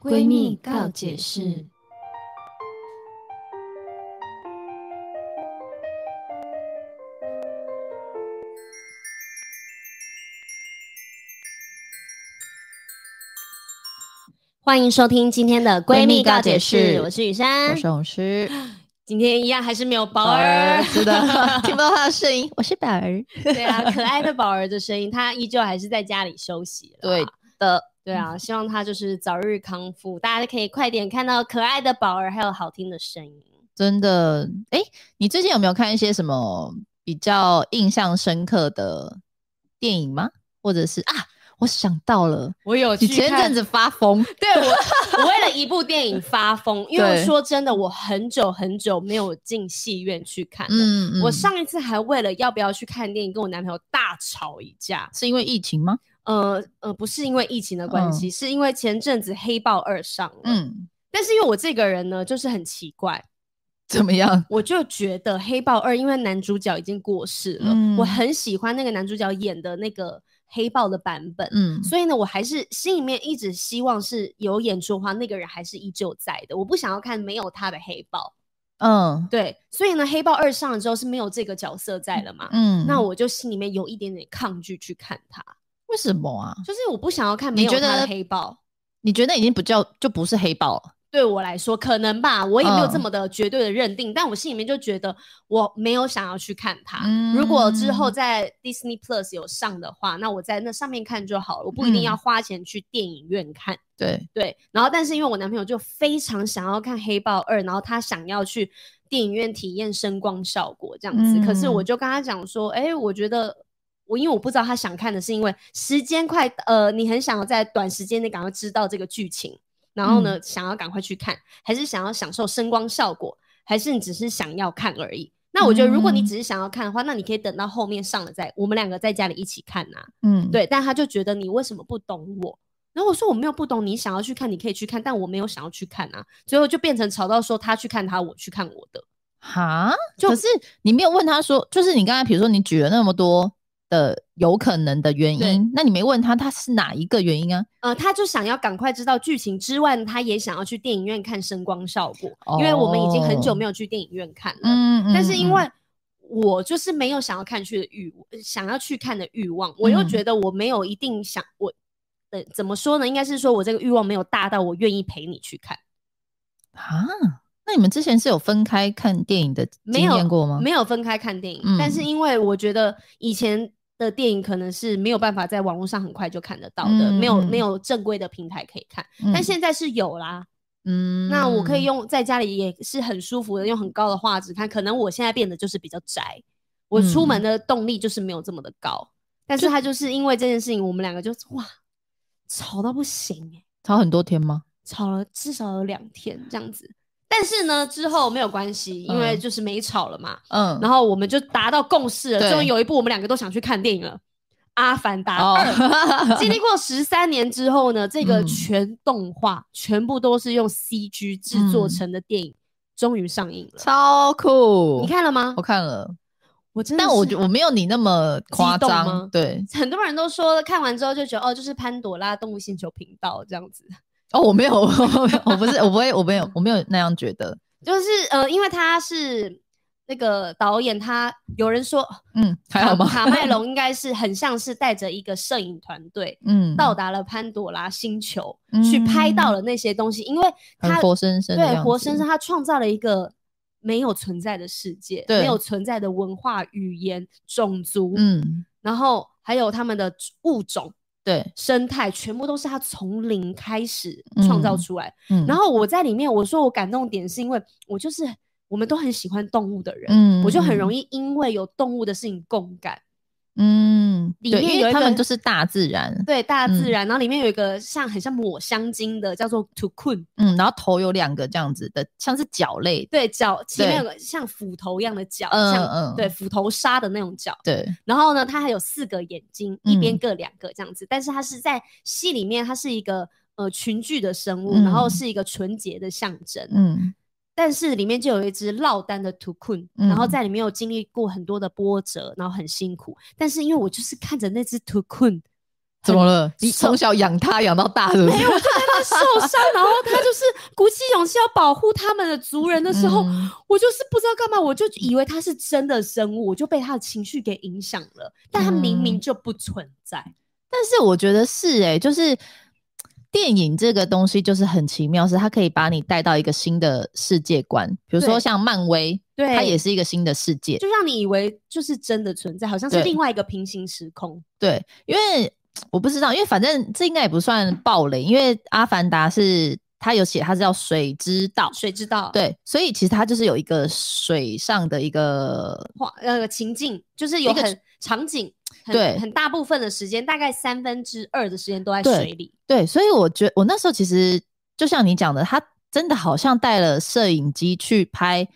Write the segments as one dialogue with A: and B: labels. A: 闺蜜告解释。欢迎收听今天的闺蜜告解
B: 闺蜜告解
A: 释，
B: 释
A: 我是雨珊
B: 我，是红师，啊
A: 今天一样还是没有宝儿，
B: 是的， 听不到他的声音，我是宝儿。
A: 对啊，可爱的宝儿的声音，她依旧还是在家里休息啦啊
B: 对的，嗯
A: 对啊，希望她就是早日康复，大家可以快点看到可爱的宝儿，还有好听的声音。
B: 真的，哎、你最近有没有看一些什么比较印象深刻的电影吗？或者是啊，我想到了，
A: 我有
B: 你前阵子发疯，
A: 对我，我为了一部电影发 疯，因为
B: 对
A: 说真的，我很久很久没有进戏院去看了。
B: 嗯
A: 我上一次还为了要不要去看电影，跟我男朋友大吵一架。
B: 是因为疫情吗？
A: 呃呃，不是因为疫情的关系，是因为前阵子《黑豹二》上了。
B: 嗯，
A: 但是因为我这个人呢，就是很奇怪，
B: 怎么样？
A: 我就觉得《黑豹二》因为男主角已经过世了，
B: 嗯
A: 我很喜欢那个男主角演的那个黑豹的版本。
B: 嗯，
A: 所以呢，我还是心里面一直希望是有演出的话，那个人还是依旧在的。我不想要看没有他的黑豹。
B: 嗯
A: 对，所以呢，黑豹二上了之后是没有这个角色在了嘛？
B: 嗯，
A: 那我就心里面有一点点抗拒去看他，
B: 为什么啊？
A: 就是我不想要看没
B: 你
A: 有
B: 觉
A: 他的
B: 得
A: 黑豹。
B: 你觉得已经不叫就不是黑豹了？
A: 对我来说，可能吧，我也没有这
B: 嗯
A: 么的绝对的认定，但我心里面就觉得我没有想要去看他。
B: 嗯
A: 如果之后在 Disney Plus 有上的话，那我在那上面看就好了，我不一定要
B: 嗯
A: 花钱去电影院看。
B: 对，
A: 对，然后但是因为我男朋友就非常想要看《黑豹二》，然后他想要去电影院体验声光效果这样子，可是我
B: 嗯
A: 就跟他讲说，哎、我觉得我因为我不知道他想看的是因为时间快，呃，你很想要在短时间内赶快知道这个剧情，然后
B: 嗯
A: 呢、想要赶快去看，还是想要享受声光效果，还是你只是想要看而已？那我觉得，如果你
B: 嗯
A: 只是想要看的话，那你可以等到后面上了再，我们两个在家里一起看啊呐、
B: 嗯，
A: 对，但他就觉得你为什么不懂我？然后我说我没有不懂，你想要去看你可以去看，但我没有想要去看啊。最后就变成吵到说他去看他，我去看我的。
B: 哈，
A: 就
B: 可是你没有问他说，就是你刚才比如说你举了那么多的有可能的原
A: 对
B: 因，那你没问他他是哪一个原因啊？
A: 呃，他就想要赶快知道剧情之外，他也想要去电影院看声光效果，因为我们已经很久没有去电影院看了。
B: 哦嗯，嗯
A: 但是因
B: 嗯
A: 为我就是没有想要看去的欲，呃想要去看的欲望，我又
B: 嗯
A: 觉得我没有一定想我。呃，怎么说呢？应该是说我这个欲望没有大到我愿意陪你去看。
B: 啊，那你们之前是有分开看电影的
A: 没
B: 经
A: 有
B: 验过吗？
A: 没有分开看电影，但是
B: 嗯
A: 因为我觉得以前的电影可能是没有办法在网络上很快就看得到的，没有
B: 嗯嗯
A: 没有正规的平台可以看，
B: 嗯，
A: 但现在是有啦。
B: 嗯，
A: 那我可以用在家里也是很舒服的，用很高的画质看。可能我现在变得就是比较宅，我出
B: 嗯
A: 门的动力就是没有这么的高。但是他就是因为这件事情，我们两个就是哇吵到不行、欸，
B: 吵很多天吗？
A: 吵了至少有两天这样子。但是呢，之后没有关系，因为
B: 嗯
A: 就是没吵了嘛。
B: 嗯，
A: 然后我们就达到共识了，
B: 对
A: 终于有一部我们两个都想去看电影了，《阿凡达
B: 哦
A: 二》 经历过十三年之后呢，这个
B: 嗯
A: 全动画、全部都是用 CG 制作成的电影，终于上映了。
B: 嗯超酷，
A: 你看了吗
B: 我？看了，
A: 我真的
B: 但
A: 是，
B: 我觉我没有你那么夸
A: 激动吗
B: 张，对，
A: 很多人都说看完之后就觉得哦，就是潘朵拉动物星球频道这样子，
B: 哦，我没有，我不是，我不会，我没有，我没有那样觉得，
A: 就是呃，因为他是那个导演他，有人说
B: 嗯， 还好吗？
A: 卡卡麦隆应该是很像是带着一个摄影团队，
B: 嗯，
A: 到达了潘朵拉星球，去拍到了那些东西，因为
B: 很
A: 他
B: 活生生的
A: 对
B: 样
A: 活
B: 子
A: 生生，他创造了一个没有存在的世界，
B: 对
A: 没有存在的文化、语言、种族，
B: 嗯，
A: 然后还有他们的物种、
B: 对，
A: 生态，全部都是他从零开始创造
B: 嗯
A: 出来。
B: 嗯，
A: 然后我在里面，我说我感动点是因为我就是我们都很喜欢动物的人，
B: 嗯，
A: 我就很容
B: 易，
A: 易因为有动物的事情共感。
B: 嗯，
A: 里
B: 对
A: 面
B: 因
A: 有一
B: 为他
A: 个
B: 们就是大自然，
A: 对大自
B: 嗯
A: 然，然后里面有一个像很像抹香鲸的，叫做 Tukun，
B: 嗯，然后头有两个这样子的，像是脚类的，
A: 对脚前面有
B: 对
A: 个像斧头一样的脚，
B: 嗯
A: 像
B: 嗯
A: 对斧头鲨的那种脚。
B: 对，
A: 然后呢，它还有四个眼睛，一边
B: 嗯
A: 各两个这样子。但是它是在戏里面，它是一个呃群聚的生物，
B: 嗯
A: 然后是一个纯洁的象征。
B: 嗯
A: 但是里面就有一只落单的图困，
B: 嗯
A: 然后在里面有经历过很多的波折，然后很辛苦。但是因为我就是看着那只图困，
B: 怎么了？
A: 很
B: 你从小养他养到大的，没有
A: 他受伤，然后他就是鼓起勇气要保护他们的族人的时
B: 嗯
A: 候，我就是不知道干嘛，我就以为他是真的生物，我就被他的情绪给影响了，但他明
B: 嗯
A: 明就不存在。
B: 但是我觉得是哎、就是电影这个东西就是很奇妙，是它可以把你带到一个新的世界观，比如说
A: 对
B: 像漫威，
A: 对，
B: 它也是一个新的世界，
A: 就让你以为就是真的存在，好像是
B: 对
A: 另外一个平行时空。
B: 对，因为我不知道，因为反正这应该也不算暴雷，因为《阿凡达》是它有写它是叫水之道，
A: 谁知道？，
B: 对，所以其实它就是有一个水上的一个
A: 画呃情境就是有
B: 一个
A: 很场景，很
B: 对
A: 很大部分的时间，大概三分之二的时间都在
B: 对
A: 水里。
B: 对，所以我觉我那时候其实就像你讲的，他真的好像带了摄影机去拍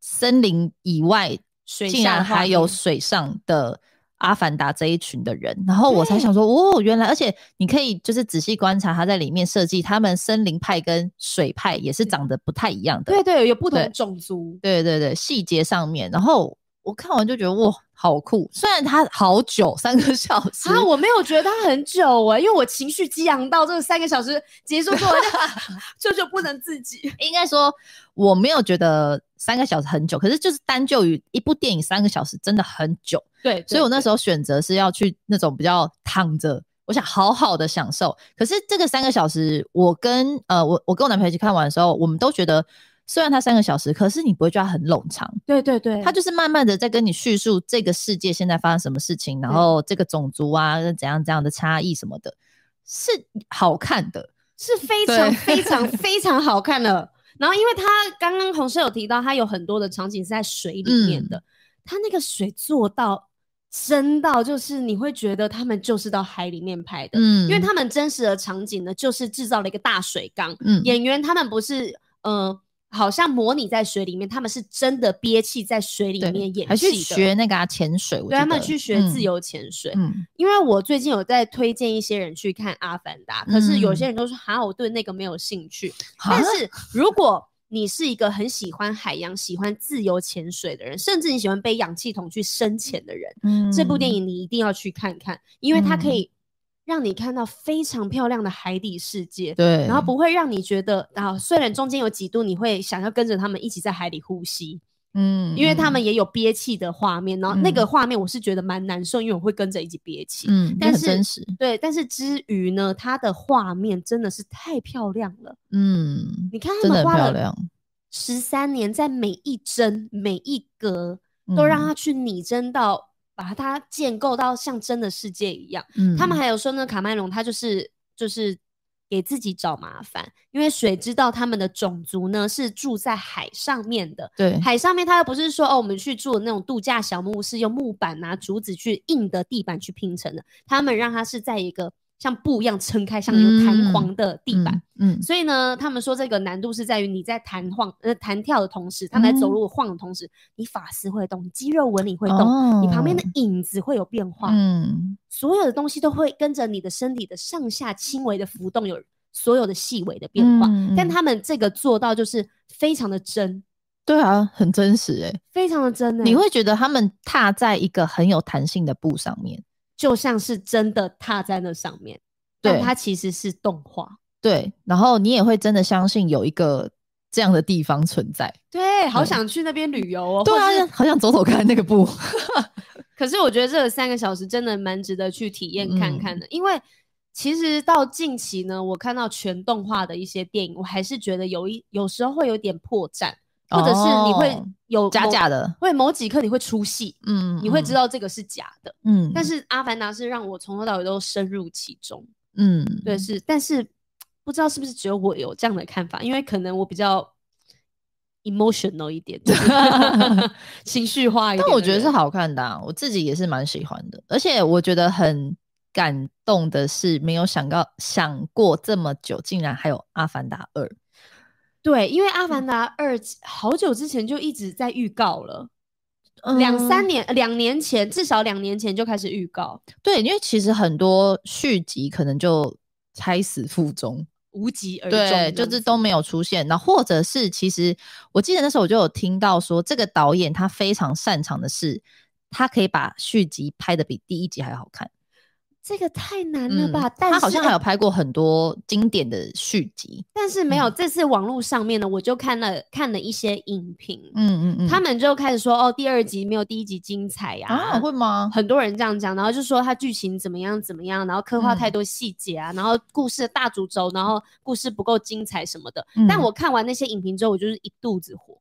B: 森林以外，
A: 水
B: 竟
A: 下
B: 然
A: 画
B: 还有
A: 面
B: 水上的阿凡达这一群的人，然后我才
A: 对
B: 想说，哦，原来，而且你可以就是仔细观察他在里面设计，他们森林派跟水派也是长得不太一样的，
A: 对对，有不同的
B: 对
A: 种族。
B: 对对对，细节上面，然后我看完就觉得哇，好酷，虽然它好久，三个小时，
A: 啊，我没有觉得他很久哎、因为我情绪激昂到这三个小时结束之后，我就 舅舅不能自己。
B: 应该说我没有觉得三个小时很久，可是就是单就于一部电影三个小时真的很久，
A: 对，
B: 所以我那时
A: 候
B: 候选择是要去那种比较躺着，我想好好的享受。可是这个三个小时，我跟呃我我跟我男朋友一起看完的时候，我们都觉得虽然它三个小时，可是你不会觉得它很冗长，
A: 对对对，
B: 它就是慢慢的在跟你叙述这个世界现在发生什么事情，然后这个种族啊跟怎样怎样的差异什么的，是好看的。
A: 是非常
B: 对
A: 非 常非常好看的。然后，因为他刚刚同事有提到，他有很多的场景是在水里面
B: 嗯
A: 的，他那个水做到深到，就是你会觉得他们就是到海里面拍的，
B: 嗯
A: 因为他们真实的场景呢，就是制造了一个大水缸，
B: 嗯
A: 演员他们不是呃，好像模拟在水里面，他们是真的憋气在水里
B: 对
A: 面演
B: 还去
A: 戏的。
B: 学那个啊潜水，我
A: 对他
B: 记
A: 们
B: 得
A: 去学自。由潜水，
B: 嗯嗯
A: 因为我最近有在推荐一些人去看《阿凡达》，可是有些
B: 嗯
A: 人都说哈，我对那个没有兴趣。
B: 哈
A: 但是如果你是一个很喜欢海洋、喜欢自由潜水的人，甚至你喜欢背氧气筒去深潜的人，
B: 嗯
A: 这部电
B: 影
A: 影你一定要去看看，因为它
B: 嗯
A: 可以让你看到非常漂亮的海底世界。
B: 对，
A: 然后不会让你觉得啊，虽然中间有几度你会想要跟着他们一起在海里呼吸，
B: 嗯，
A: 因为他
B: 嗯
A: 们也有憋气的画面，然后那个
B: 嗯
A: 画面我是觉得蛮难受，因为我会跟着一起憋气。
B: 嗯，
A: 但
B: 但很
A: 是
B: 真实，
A: 对，但是之余呢，它的画面真的是太漂亮了。
B: 嗯，
A: 你看他
B: 真的
A: 们
B: 很
A: 花
B: 漂
A: 了
B: 亮，
A: 十三年，在每一帧、每一格都让
B: 嗯
A: 它去拟真到，把它建构到像真的世界一样。他们
B: 嗯
A: 还有说呢，卡麦隆他就是就是给自己找麻烦，因为水知道他们的种族呢是住在海上面的。
B: 对
A: 海上面，他又不是说哦，我们去住那种度假小木屋，是用木板啊、竹子去硬的地板去拼成的。他们让它是在一个像布一样撑开，像有弹
B: 嗯
A: 簧的地板。，
B: 嗯
A: 所以呢，他们说这个难度是在于你在弹晃呃弹跳的同时，他们在走
B: 嗯
A: 路晃的同时，你发丝会动，你肌肉纹理会
B: 嗯，
A: 动，你旁边的
B: 哦
A: 影子会有变化，
B: 嗯
A: 所有的东西都会跟着你的身体的上下轻微的浮动，有所有的细微的变化。
B: 嗯
A: 但
B: 嗯
A: 他们这个做到就是非常的真，
B: 对啊，很真实哎，
A: 非常的真、欸，
B: 你会觉得他们踏在一个很有弹性的布上面，
A: 就像是真的踏在那上面，但
B: 对
A: 它其实是动画。
B: 对，然后你也会真的相信有一个这样的地方存在，
A: 对，好
B: 对
A: 想去那边旅游 哦。
B: 对
A: 或是
B: 啊，好想走走看那个布，
A: 可是我觉得这三个小时真的蛮值得去体验看看的，因为其实到近期呢，我看到全动画的一些电影，我还是觉得有一有时候会有点破绽，或者是你会
B: 哦
A: 有
B: 假
A: 某
B: 假，的，
A: 会某几刻你会出戏，
B: 嗯，
A: 你会知
B: 道，
A: 道这个是假的。
B: 嗯，
A: 但是《阿凡达》是让我从头到尾都深入其中，
B: 嗯，
A: 对，是，但是不知道是不是只有我有这样的看法，因为可能我比较 emotional 一点，就是 情绪化一点。
B: 但我觉得是，好看的、啊，我自己也是蛮喜欢的，而且我觉得很感动的是，没有想到想过这么久，竟然还有《阿凡达二》。
A: 对，因为《阿凡达二》好久之前就一直在预告了，两、三
B: 嗯
A: 年、呃两年前，至少两年前就开始预告
B: 对，因为其实很多续集可能就胎死腹中，
A: 无疾而终这
B: 对，
A: 样子，
B: 就是都没有出现。那或者是其实我记得那时候我就有听到说，这个导演他非常擅长的是，他可以把续集拍的比第一集还好看。
A: 这个太难了吧？但是
B: 他好像还有拍过很多经典的续集。
A: 但是没有，这次网络上面呢，我就看了看了一些影评，
B: 嗯嗯嗯，
A: 他们就开始说哦，第二集没有第一集精彩呀、
B: 啊会吗？
A: 很多人这样讲，然后就说它剧情怎么样怎么样，然后刻画太多细节啊，然后故事的大主轴，然后故事不够精彩什么的。
B: 嗯
A: 但我看完那些影评之后，我就是一肚子火，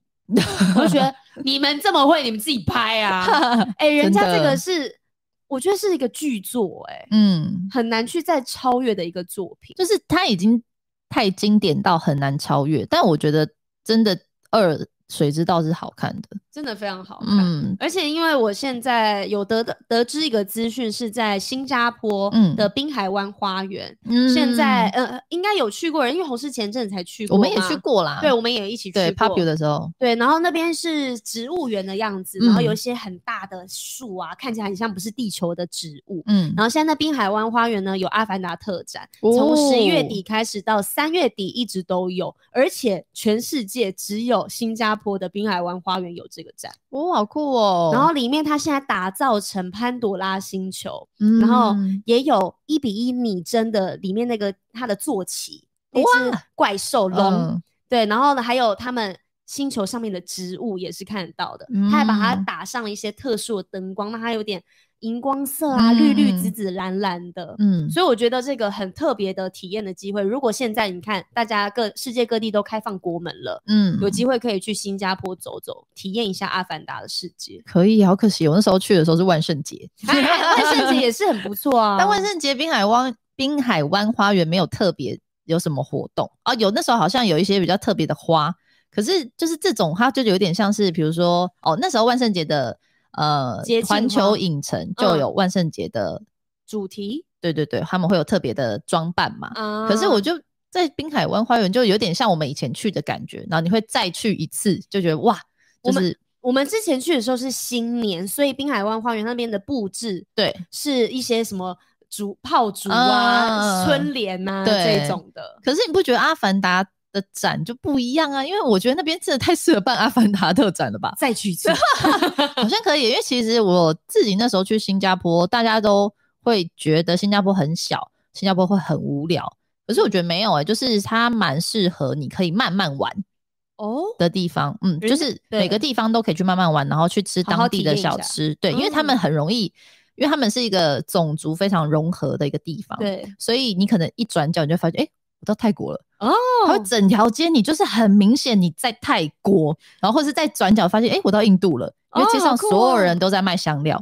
A: 我就觉 得你们这么会，你们自己拍 啊！哎、人家
B: 真的
A: 这个是我觉得是一个巨作、哎，
B: 嗯，
A: 很难去再超越的一个作品。
B: 就是他已经太经典到很难超越，但我觉得真的二水之道是好看的。
A: 真的非常好看。
B: 嗯
A: 而且因为我现在有得得知一个资讯，是在新加坡
B: 嗯
A: 的滨海湾花园，
B: 嗯
A: 现在呃应该有去过人，因为红事前阵子才去过
B: 我
A: 嘛，
B: 们也去过啦，
A: 对，我们也一起去
B: 对 p
A: 过
B: o p u 的时候，
A: 对，然后那边是植物园的样子，然后
B: 嗯
A: 有一些很大的树啊，看起来很像不是地球的植物。
B: 嗯，
A: 然后现在滨海湾花园呢有《阿凡达》特展，从十一月
B: 哦
A: 底开始到三月底一直都有，而且全世界只有新加坡的滨海湾花园有这个展。
B: 哦，好酷哦。
A: 然后里面它现在打造成潘多拉星球，
B: 嗯，
A: 然后也有一比一拟真的里面那个它的坐骑，那只怪兽龙，
B: 嗯
A: 对，然后呢还有他们。星球上面的植物也是看得到的，它还把它
B: 嗯
A: 打上了一些特殊的灯光，让它有点荧光色啊，绿绿紫
B: 嗯
A: 紫蓝蓝的。
B: 嗯，
A: 所以我觉得这个很特别的体验的机会。如果现在你看，大家各世界各地都开放国门了，
B: 嗯，
A: 有机会可以去新加坡走走，体验一下《阿凡达》的世 界。
B: 可以，好可惜，我那时候去的时候是万圣节，
A: 哎 万圣节也是很不错啊，
B: 但万圣节滨海湾滨海湾花园没有特别有什么活动啊，有那时候好像有一些比较特别的花，可是就是这种它就有点像是，比如说哦，那时候万圣节的呃
A: 节庆嗯
B: 环球
A: 花
B: 影城就有万圣节的，
A: 主题
B: 对对对，他们会有特别的装扮嘛，
A: 啊。
B: 可是我就。在滨海湾花园就有点像我们以前去的感觉，然后你会再去一次，就觉得哇，
A: 我
B: 就
A: 们
B: 是
A: 我们之前去的时候是新年，所以滨海湾花园那边的布置
B: 对，
A: 是一些什么竹炮竹啊、
B: 啊
A: 春联啊
B: 对
A: 这种的。？
B: 可是你不觉得《阿凡达》的展就不一样啊？因为我觉得那边真的太适合办《阿凡达》特展了吧
A: 再去一 次，
B: 好像可以，因为其实我自己那时候去新加坡，大家都会觉得新加坡很小，新加坡会很无聊。可是我觉得没有哎、就是它蛮适合你可以慢慢玩
A: 哦，
B: 的地方，嗯，
A: 人
B: 就是
A: 对
B: 每个地方都可以去慢慢玩，然后去吃
A: 好好
B: 当
A: 体
B: 地的
A: 验一
B: 小
A: 下
B: 吃，对，因为他们
A: 嗯
B: 很容易，因为他们是一个种族非常融合的一个地方，
A: 对
B: 所以你可能一转角你就发现，哎、我到泰国了。
A: 哦，
B: 它会整条街你就是很明显你在泰国，然后或是在转角发现，哎、我到印度了，因为街
A: 哦好
B: 上
A: 酷
B: 所有
A: 哦
B: 人都在卖香料，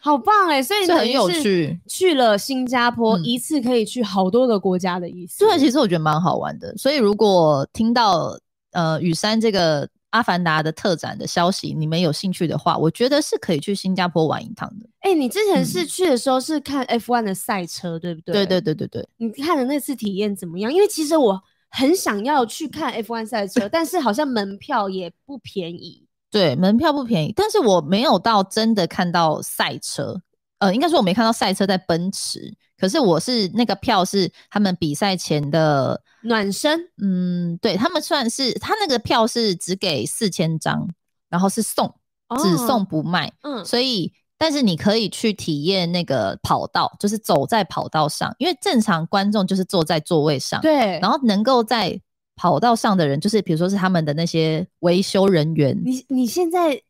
A: 好棒哎！所以
B: 所以
A: 等
B: 很
A: 于
B: 有
A: 是
B: 趣。
A: 去了新加坡、
B: 嗯
A: 一次可以去好多个国家的意思。
B: 对，其实我觉得蛮好玩的。所以如果听到呃雨山这个《阿凡达》的特展的消息，你们有兴趣的话，我觉得是可以去新加坡玩一趟的。
A: 哎、你之前是去的时候是看 F1 的赛车，对不对？
B: 嗯对对，对对对，
A: 你看的那次体验怎么样？因为其实我很想要去看 F1 赛车，但是好像门票也不便宜。
B: 对，门票不便宜，但是我没有到真的看到赛车，呃，应该说我没看到赛车在奔驰，可是我是那个票是他们比赛前的
A: 暖身
B: 嗯，对他们算是他那个票是只给四千张，然后是送，只送
A: 哦
B: 不卖，
A: 嗯
B: 所以但是你可以去体验那个跑道，就是走在跑道上，因为正常观众就是坐在座位上，，
A: 对，
B: 然后能够在跑道上的人，就是比如说是他们的那些维修人员，
A: 你你现在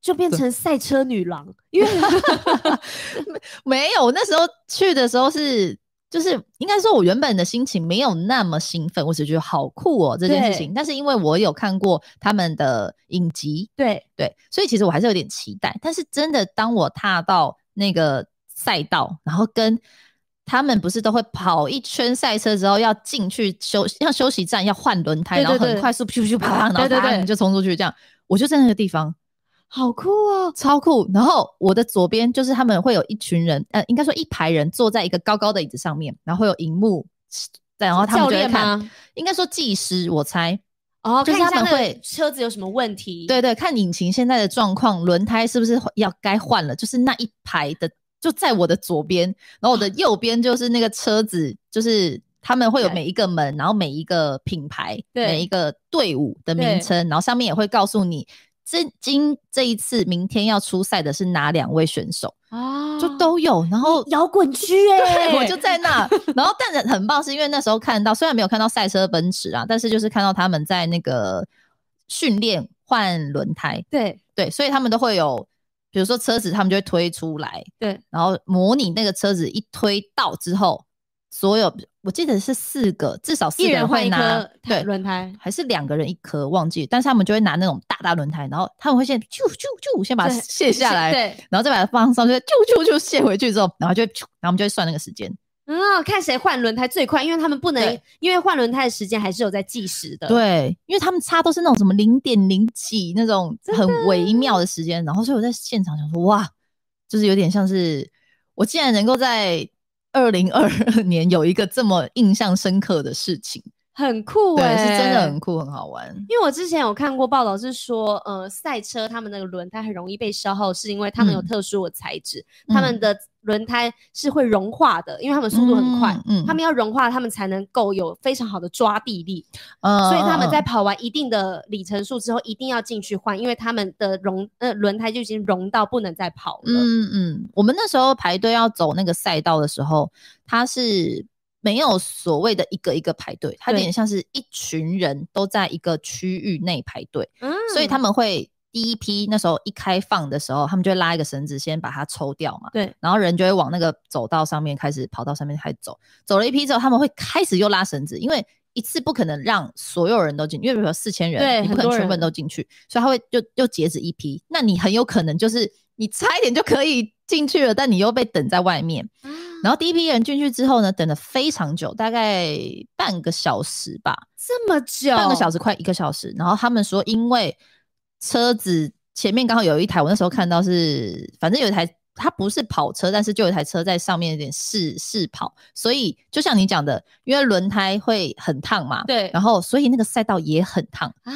A: 就变成赛车女郎，因为
B: 没有，我那时候去的时候是，就是应该说，我原本的心情没有那么兴奋，我只觉得好酷哦这件事情。但是因为我有看过他们的影集，
A: 对
B: 对，所以其实我还是有点期待。但是真的，当我踏到那个赛道，然后跟他们不是都会跑一圈赛车之后要进去休要休息站要换轮胎，
A: 对对
B: 然后
A: 对
B: 很快速咻咻啪 啪，然后
A: 对对
B: 啪
A: 对
B: 你就冲出去这样。我就在那个地方，
A: 好酷哦，
B: 超酷。然后我的左边就是他们会有一群人，呃，应该说一排人坐在一个高高的椅子上面，然后会有荧幕，对，然后他们
A: 教
B: 就会
A: 练
B: 看，
A: 吗？
B: 应该说技师，我猜，
A: 哦，
B: 就是
A: 看一
B: 他
A: 下
B: 们
A: 那
B: 会
A: 车子有什么问题？
B: 对对，看引擎现在的状况，轮胎是不是要该换了，就是那一排的就在我的左边，然后我的右边就是那个车子，就是。他们会有
A: 啊对
B: 每一个门，然后每一个品牌、
A: 对
B: 每一个队伍的
A: 对
B: 名称，然后上面也会告诉你这今这一次明天要出赛的是哪两位选手，
A: 啊
B: 就都有。然后
A: 摇滚区哎，
B: 对，我就在那。然后，但是很棒，是因为那时候看到，虽然没有看到赛车奔驰啊，但是就是看到他们在那个训练换轮胎，
A: 对
B: 对，所以他们都会有，比如说车子，他们就会推出来，
A: 对，
B: 然后模拟那个车子一推到之后，所有我记得是四个，至少四
A: 一
B: 个
A: 人换
B: 会
A: 一
B: 拿
A: 颗
B: 对
A: 轮胎，
B: 还是两个人一颗，忘记，但是他们就会拿那种大大轮胎，然后他们会先啾啾啾，先把它
A: 对
B: 卸下来，
A: 对，
B: 然后再把它放上去，啾啾啾卸回去之后，然后就啾，然后我们就会算那个时间。
A: 嗯，看谁换轮胎最快，因为他们不能
B: 对，
A: 因为换轮胎的时间还是有在计时的。，
B: 对，因为他们差都是那种什么零点零几那种
A: 真的
B: 很微妙的时间，然后所以我在现场想说，哇，就是有点像是我竟然能够在二零二二年有一个这么印象深刻的事情，
A: 很酷
B: 对，
A: 哎、
B: 是真的很酷，很好玩。
A: 因为我之前有看过报道，是说，呃，赛车他们那个轮胎很容易被消耗，是因为他们有
B: 嗯
A: 特殊的材质，他们的轮胎是会融化的，因为他们速度很快，
B: 嗯，嗯
A: 他们要融化，他们才能够有非常好的抓地力，
B: 嗯
A: 所以他们
B: 嗯
A: 在
B: 嗯
A: 跑完一定的里程数之后，一定要进去换，因为他们的融呃轮胎就已经融到不能再跑了。
B: 嗯嗯，我们那时候排队要走那个赛道的时候，它是没有所谓的一个一个排队，它有
A: 对
B: 点像是一群人都在一个区域内排队。
A: 嗯，
B: 所以他们会第一批那时候一开放的时候，他们就会拉一个绳子先把它抽掉嘛，
A: 对，
B: 然后人就会往那个走道上面开始跑道上面开始走，走了一批之后，他们会开始又拉绳子，因为一次不可能让所有人都进，因为比如说四千
A: 对
B: 人，你不
A: 很
B: 可能
A: 多
B: 全部人
A: 人
B: 都进去，所以他会就又截止一批，那你很有可能就是你差一点就可以进去了，但你又被等在外面。
A: 啊
B: 然后第一批人进去之后呢，等了非常久，大概半个小时吧，
A: 这么久，
B: 半个小时快一个小时。然后他们说，因为车子前面刚好有一台，我那时候看到是，反正有一台，它不是跑车，但是就有一台车在上面有点试试跑，所以就像你讲的，因为轮胎会很烫嘛，
A: 对
B: 然后所以那个赛道也很烫，
A: 啊，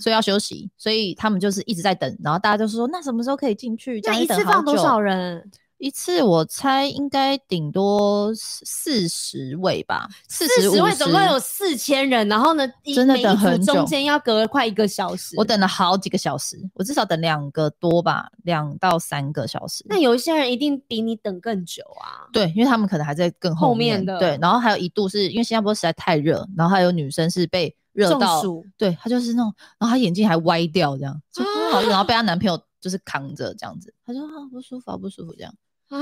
B: 所以要休息，所以他们就是一直在等，然后大家就说那什么时候可以进去？这
A: 那
B: 样
A: 一
B: 等
A: 次
B: 好
A: 放多
B: 久
A: 少？人？
B: 一次我猜应该顶多四十位吧，四十
A: 40位总共有四千人，然后呢，一
B: 真的
A: 每一
B: 等
A: 组
B: 很久
A: 中间要隔快一个小时。
B: 我等了好几个小时，我至少等两个多吧，两到三个小时。
A: 那有一些人一定比你等更久啊。
B: 对，因为他们可能还在更
A: 后
B: 面
A: 面的
B: 对，然后还有一度是因为新加坡实在太热，然后还有女生是被热
A: 中
B: 到，
A: 暑
B: 对她就是那种，然后她眼睛还歪掉这样，就
A: 啊
B: 好热，然后 被她男朋友就是扛着这样子，她说啊不舒服，啊不舒服这样，
A: 啊，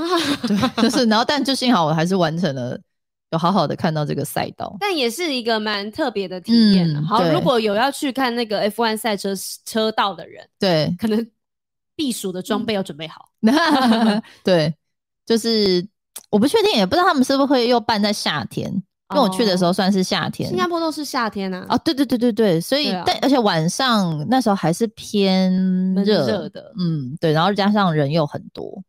B: 对，就是然后但就幸好我还是完成了，有好好的看到这个赛道，
A: 但也是一个蛮特别的体验啊、
B: 嗯
A: 好，
B: 对
A: 如果有要去看那个 F1 赛车车道的人，
B: 对，
A: 可能避暑的
B: 嗯
A: 装备要准备好。
B: 对，就是我不确定，也不知道他们是不是会又办在夏天，因为我去的时候算是夏天。
A: 哦新加坡都是夏天啊，
B: 哦，对对对对对，所以、
A: 对啊
B: 但而且晚上那时候还是偏
A: 蛮
B: 热，
A: 热的。
B: 嗯，对，然后加上人又很多，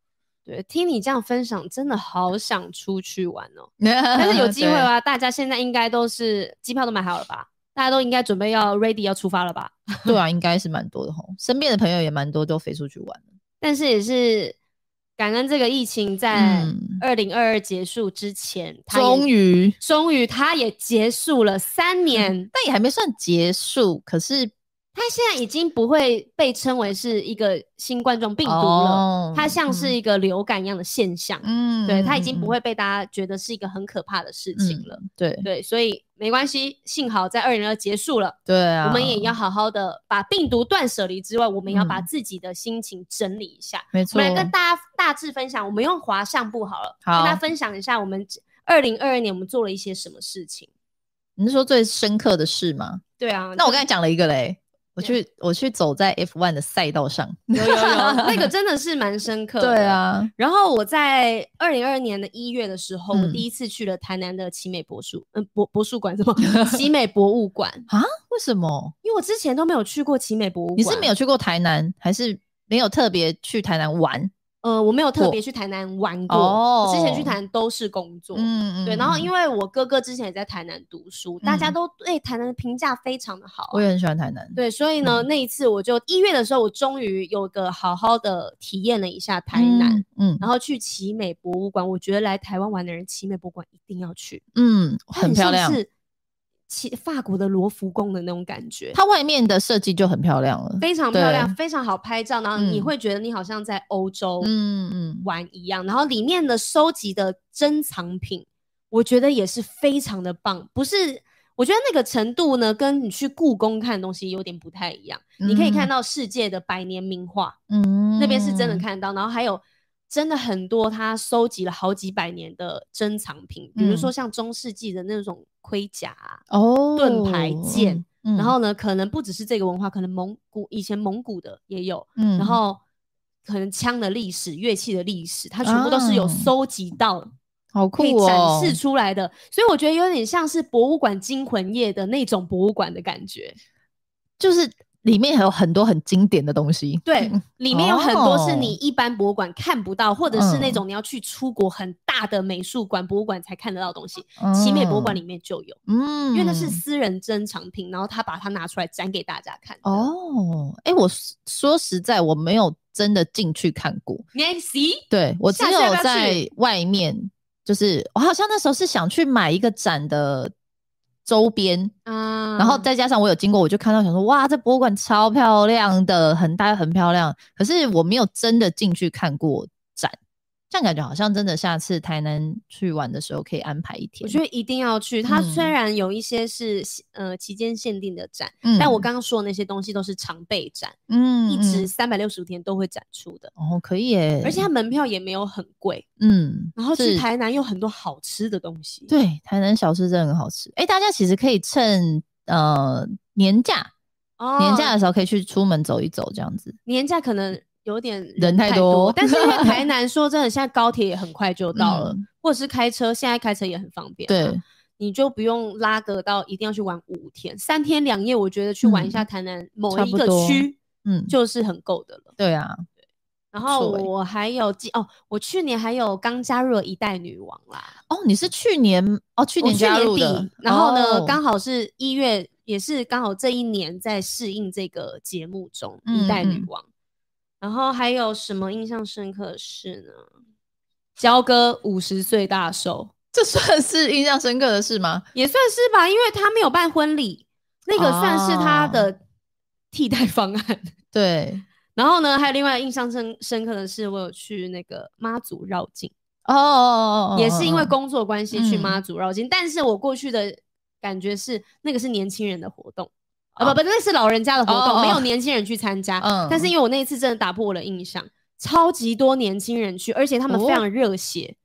A: 对，听你这样分享，真的好想出去玩 哦。 但
B: 但
A: 是有机会？啊，大家现在应该都是机票都买好了吧？大家都应该准备要 ready 要出发了吧？
B: 对啊，应该是蛮多的吼，身边的朋友也蛮多都飞出去玩了。
A: 但是也是感恩这个疫情在
B: 嗯，
A: 二零二二结束之前，它也
B: 终
A: 哎
B: 于，嗯
A: 终于它也结束了三年，
B: 但也还没算结束，可是
A: 它现在已经不会被称为是一个新冠状病毒了，
B: 哦
A: 它像是一个流感一样的现象。
B: 嗯，
A: 对，
B: 嗯
A: 它已经不。
B: 嗯
A: 会被大家觉得是一个很可怕的事情了。
B: 对
A: 对，所以没关系，幸好在二零二结束了，
B: 对啊，
A: 我们也要好好的把病毒断舍离之外，我们要把
B: 嗯
A: 自己的心情整理一下。
B: 没
A: 我
B: 错，
A: 们来跟大家大致分享，我们用滑相簿好了，
B: 好
A: 跟大家分享一下我们二零二二年我们做了一些什么事情。
B: 你是说最深刻的事吗？
A: 对啊，
B: 那我
A: 就
B: 刚才讲了一个嘞，我去我去走在 F1 的赛道上。
A: 啊有有有，那个真的是蛮深刻的。
B: 对。啊，
A: 然后我在二零二二年的一月的时候，我
B: 嗯
A: 第一次去了台南的奇美博术，嗯、博博术馆什么 奇美博物馆，
B: 啊，为什么？
A: 因为我之前都没有去过奇美博物馆。
B: 你是没有？去过台南，还是没有特别去台南玩？
A: 呃，我没有特
B: 过
A: 别去台南玩过，
B: 哦
A: 我之前去台南都是工作。
B: 嗯
A: 对，然后
B: 为
A: 因为我哥哥之前也在台南读书，大家
B: 嗯
A: 都对台南的评价非常的好啊、
B: 我也很喜欢台南。
A: 对，所以呢，
B: 嗯
A: 那一次我就一月的时候，我终于有个好好的体验了一下台南，
B: 嗯，嗯
A: 然后去奇美博物馆。我觉得来台湾玩的人，奇美博物馆一定要去，
B: 嗯，
A: 它
B: 很漂
A: 像
B: 亮。
A: 是其法国的罗浮宫的那种感觉，
B: 它外面的设计就很漂亮了。
A: 非常漂亮，
B: 对
A: 非常好拍照，然后你
B: 嗯
A: 会觉得你好像在欧洲
B: 嗯嗯，
A: 玩一样。然后里面的收集的珍藏品，我觉得也是非常的棒，不是。我觉得那个程度呢，跟你去故宫看的东西有点不太一样。你可以看到世界的百年名画，
B: 嗯，
A: 那边是真的看得到，然后还有真的很多他收集了好几百年的珍藏品，比如说
B: 嗯
A: 像中世纪的那种盔甲啊、
B: 哦，
A: 盾牌剑
B: 嗯，嗯
A: 然后呢，可能不只是这个文化，可能蒙古以前蒙古的也有，
B: 嗯
A: 然后可能枪的历史、乐器的历史，它全部都是有
B: 啊
A: 收集到、
B: 好
A: 可以
B: 酷
A: 展
B: 哦，
A: 示出来的，所以我觉得有点像是博物馆惊魂夜的那种博物馆的感觉。
B: 就是里面还有很多很经典的东西。
A: 对
B: 嗯，
A: 里面有很多是你
B: 哦
A: 一般博物馆看不到，或者是那
B: 嗯
A: 种你要去出国很大的美术馆、博物馆才看得到的东西。奇美博物馆里，面就有，
B: 嗯，
A: 因为那是私人珍藏品，然后他把它拿出来展给大家看。哦
B: 哦，哎，我说说实在，我没有真的进去看过，
A: ，Nancy，
B: 对我只
A: 下次要
B: 有
A: 不要
B: 在外面，就是我好像那时候是想去买一个展的周边，
A: 啊
B: 然后再加上我有经过，我就看到想说哇，这博物馆超漂亮的，很大很漂亮。可是我没有真的进去看过展，这样感觉好像真的下次台南去玩的时候可以安排一
A: 我
B: 天。
A: 觉得一定要去。它虽
B: 嗯
A: 然有一些是呃期间限定的展，
B: 嗯，
A: 但我刚刚说的那些东西都是常备展，
B: 嗯
A: 一直
B: 嗯
A: 三百六十五天都会展出的，
B: 哦可以耶，
A: 而且它门票也没有很贵。
B: 嗯，
A: 然后去
B: 是
A: 台南有很多好吃的东西。
B: 对台南小吃真的很好吃。哎，大家其实可以趁呃年假
A: 哦，
B: 年假的时候可以去出门走一走，这样子。
A: 年假可能有点
B: 人太
A: 太
B: 多
A: 但是因为 台南说真的，现在高铁也很快就到了，
B: 嗯
A: 或者是开车，现在开车也很方便、
B: 对，，
A: 你就不用拉个到一定要去玩五天、三天两夜。我觉得去玩一下
B: 嗯
A: 台南某
B: 差
A: 一
B: 不
A: 个
B: 多
A: 区
B: 嗯，
A: 就是很够的了。
B: 对啊，
A: 然后
B: 错欸
A: 我还有记哦，我去年还有刚加入了一代女王啦，
B: 哦，你是去年哦，去
A: 我
B: 年加入
A: 底
B: 的，
A: 然后呢，
B: 哦
A: 刚、好是一月，也是刚好这一年在适应这个节目中，一代
B: 嗯
A: 女
B: 嗯
A: 王。然后还有什么印象深刻的事呢？焦哥五十岁大寿
B: 这算是印象深刻的事吗？
A: 也算是吧，因为他没有办婚礼，那个算是
B: 啊
A: 他的替代方案。
B: 对，
A: 然后呢，还有另外印象深深刻的是，我有去那个妈祖绕境。
B: 哦哦，哦
A: 也是因为
B: 哦
A: 工作关系去
B: 嗯
A: 妈祖绕境，但是我过去的感觉是那个是年轻人的活动。啊不不，那是老人家的活
B: 哦
A: 动，
B: 哦
A: 没有年轻人去参加。
B: 嗯
A: 但是因为我那一次真的打破我的印象，超级多年轻人去，而且他们非
B: 哦
A: 常热血，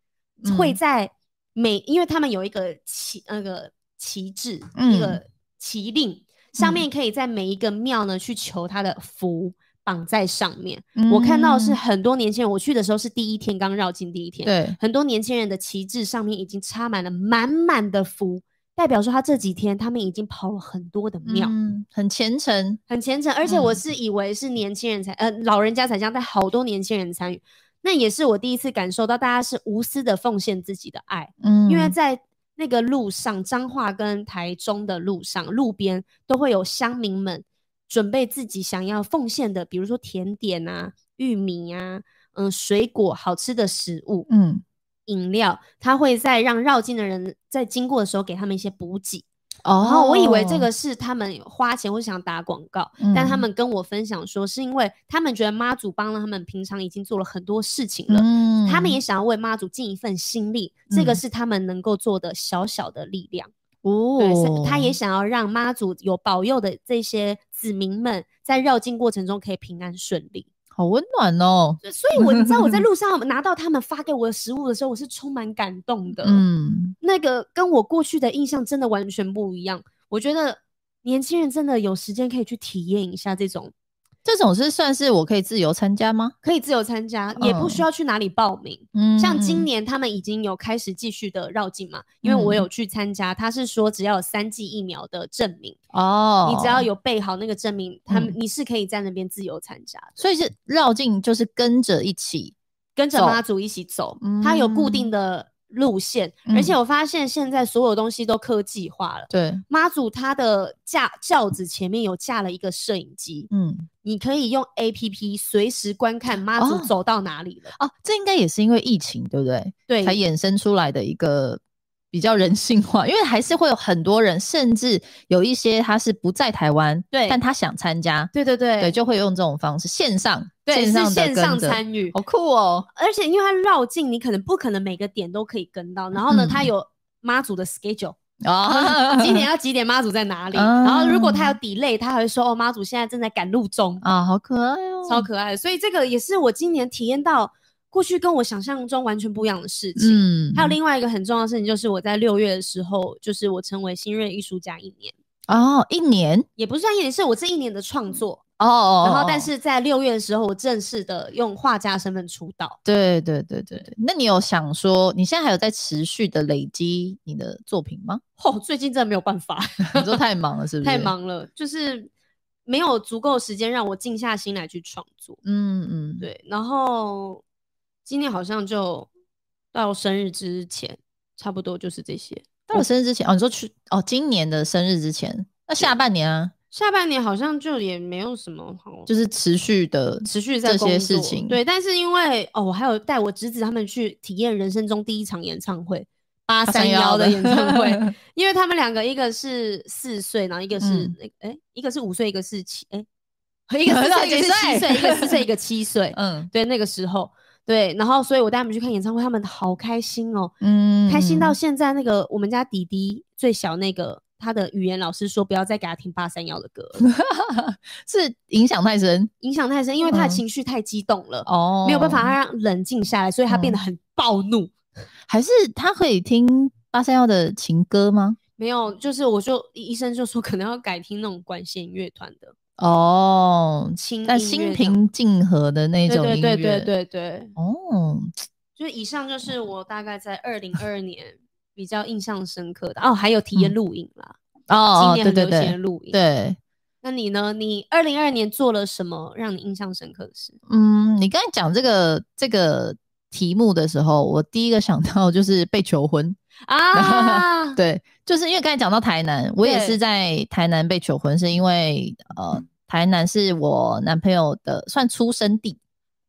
B: 嗯
A: 会在每因为他们有一个旗那个旗帜，一
B: 嗯
A: 个旗令，上
B: 嗯
A: 面可以在每一个庙呢去求他的福绑在上面。
B: 嗯
A: 我看到的是很多年轻人，我去的时候是第一天刚绕境第一天，
B: 对，
A: 很多年轻人的旗帜上面已经插满了满满的福，代表说他这几天他们已经跑了很多的庙，
B: 嗯，很虔诚，
A: 很虔诚。而且我
B: 嗯
A: 是以为是年轻人才，呃，老人家才这样，但好多年轻人参与，那也是我第一次感受到大家是无私的奉献自己的爱，
B: 嗯，
A: 因为在。那个路上，彰化跟台中的路上，路边都会有乡民们准备自己想要奉献的，比如说甜点啊、玉米啊、嗯、水果、好吃的食物。
B: 嗯，
A: 饮料，它会在让绕境的人在经过的时候给他们一些补给。
B: 哦，
A: 然后我以为这个是他们花钱或想打广告，
B: 嗯，
A: 但他们跟我分享说，是因为他们觉得妈祖帮了他们，平常已经做了很多事情了。
B: 嗯，
A: 他们也想要为妈祖尽一份心力，这个
B: 嗯
A: 是他们能够做的小小的力量。对，
B: 哦
A: 是，他也想要让妈祖有保佑的这些子民们，在绕境过程中可以平安顺利。
B: 好温暖哦，
A: 所以我，你知道我 在路上拿到他们发给我的食物的时候，我是充满感动的。
B: 嗯，
A: 那个跟我过去的印象真的完全不一样。我觉得年轻人真的有时间可以去体验一下这种，
B: 这种是算是我可以自由参加吗？
A: 可以自由参加，也不需
B: 嗯
A: 要去哪里报名。
B: 嗯，
A: 像今
B: 嗯，
A: 年他们已经有开始继续的绕境嘛，因为我
B: 嗯
A: 有去参加，他是说只要有三剂疫苗的证明，
B: 哦，
A: 你只要。有备好那个证明，他们
B: 嗯
A: 你是可以在那边自由参加的，
B: 所以是绕境，就是跟着一起，
A: 跟着
B: 走
A: 妈祖一起走，它有固定的路线，而且
B: 嗯
A: 我发现现在所有东西都科技化了。
B: 对，
A: 妈祖它的架轿子前面有架了一个摄影机，
B: 嗯，
A: 你可以用 A P P 随时观看妈祖
B: 哦
A: 走到哪里了。
B: 哦，这应该也是因为疫情，对不对？
A: 对
B: 才衍生出来的一个比较人性化，因为还是会有很多人，甚至有一些他是不在台湾，
A: 对
B: 但他想参加，
A: 对对对
B: 对，就会用这种方式线上，
A: 对
B: 线上
A: 是
B: 的
A: 线上
B: 跟着
A: 参与
B: 好酷哦，
A: 而且因为它绕境，你可能不可能每个点都可以跟到。然后呢，
B: 嗯
A: 它有妈祖的 schedule，、
B: 啊，
A: 今年要几点妈祖在哪里？
B: 啊
A: 然后如果他有 delay，他还会说哦，妈祖现在正在赶路中，
B: 啊，好可爱哦，
A: 超可爱的。所以这个也是我今年体验到过去跟我想象中完全不一样的事情。
B: 嗯，
A: 还有另外一个很重要的事情，就是我在六月的时候，就是我成为新锐艺术家一年，
B: 哦，一年
A: 也不算一年，是我这一年的创作。
B: 哦哦，
A: 然后
B: 哦，
A: 但是在六月的时候，我正式的用画家身份出道。
B: 对对对对对，那你有想说你现在还有在持续的累积你的作品吗？
A: 哦，最近真的没有办法，
B: 你说太忙了是不是？
A: 太，忙了，就是没有足够时间让我静下心来去创作。
B: 嗯嗯，
A: 对，然后今年好像就到生日之前，差不多就是这些。
B: 到我生日之前哦，你说去哦，今年的生日之前，那下半年啊，
A: 下半年好像就也没有什么好，
B: 就是持续的
A: 持续在
B: 这些
A: 工
B: 事
A: 作
B: 情，
A: 对，但是因为哦，我还有带我侄子他们去体验人生中第一场演唱会，八三幺的演唱会，因为他们两个一个是四岁，然后一个是
B: 嗯
A: 那哎、一个是五岁，一个是七 哎、一个四岁，一个是七岁，一个四岁，一个七 岁。
B: 嗯
A: 对，那个时候，对，然后所以我带他们去看演唱会，他们好开心哦，
B: 嗯，
A: 开心到
B: 嗯
A: 现在那个我们家弟弟最小那个，他的语言老师说不要再给他听八三幺的歌 了
B: 是影响太深
A: 影响太深，因为他的
B: 嗯
A: 情绪太激动了，
B: 哦，嗯
A: 没有办法，让冷静下来，所以他变得很暴怒。
B: 还是他可以听八三幺的情歌吗？
A: 没有，就是我就医生就说可能要改听那种管弦乐团的
B: 哦，
A: 轻
B: 那
A: 音乐
B: 心
A: 这样
B: 平静和的那
A: 对
B: 种
A: 对
B: 音乐，
A: 对对对对，
B: 哦，
A: 就以上就是我大概在二零二二年比较印象深刻的哦，还有体验
B: 嗯
A: 录影啦，
B: 哦，哦
A: 今年
B: 对
A: 很流
B: 对
A: 行的
B: 对
A: 录影，
B: 对，
A: 那你呢？你二零二二年做了什么让你印象深刻的 事？
B: 嗯，你刚才讲这个这个题目的时候，我第一个想到就是被求婚，，
A: 啊
B: 对，就是因为刚才讲到台南，我也
A: 对
B: 是在台南被求婚，是因为呃，台南是我男朋友的算出生地，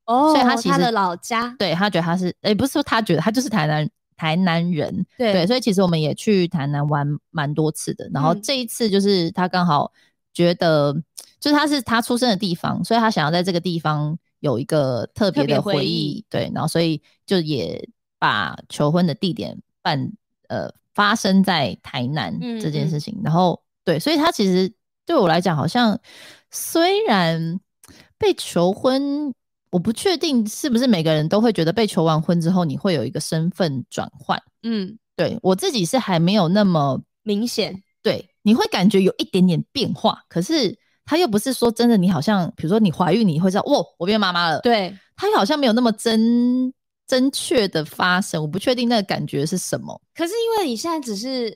A: 哦，
B: 所以他其实
A: 的老家，
B: 对他觉得他是，哎、不是说他觉得他就是台南台南人，
A: 对
B: 对，所以其实我们也去台南玩蛮多次的。然后
A: 嗯
B: 这一次就是他刚好觉得，就是他是他出生的地方，所以他想要在这个地方有一个特别
A: 特别
B: 的回
A: 回
B: 忆
A: 忆。
B: 对，然后所以就也把求婚的地点办呃发生在台南
A: 嗯
B: 这件事
A: 嗯
B: 情。然后对，所以他其实对我来讲，好像虽然被求婚。我不确定是不是每个人都会觉得被求完婚之后，你会有一个身份转换，
A: 嗯，
B: 对我自己是还没有那么
A: 明显，
B: 对，你会感觉有一点点变化，可是他又不是说真的，你好像比如说你怀孕，你会知道，哇，我变妈妈了，，
A: 对，
B: 他又好像没有那么真真确的发生，我不确定那个感觉是什么，
A: 可是因为你现在只是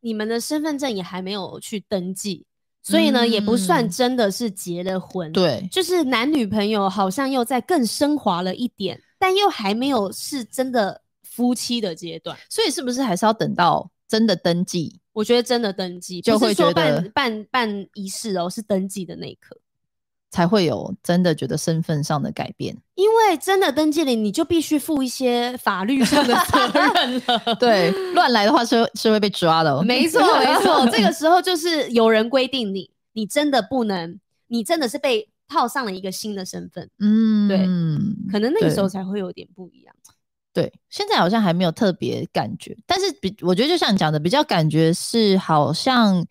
A: 你们的身份证也还没有去登记，所以呢，也不算
B: 嗯
A: 真的是结了婚，，
B: 对，
A: 就是男女朋友好像又在更升华了一点，但又还没有是真的夫妻的阶段。
B: 所以是不是还是要等到真的登记？
A: 我觉得真的登记，
B: 就
A: 不
B: 会
A: 是说
B: 觉得
A: 办办办仪式哦，是登记的那一刻。
B: 才会有真的觉得身份上的改变，
A: 因为真的登记了，你就必须负一些法律上的责任 了。
B: 对，乱来的话是会是会被抓的、哦，
A: 没 错，没错，这个时候就是有人规定你，你真的不能，你真的是被套上了一个新的身份，
B: 嗯，
A: 对
B: 对
A: 可能那个
B: 对
A: 时候才会有点不一样。
B: 对，现在好像还没有特别感觉，但是比我觉得就像你讲的，比较感觉是好像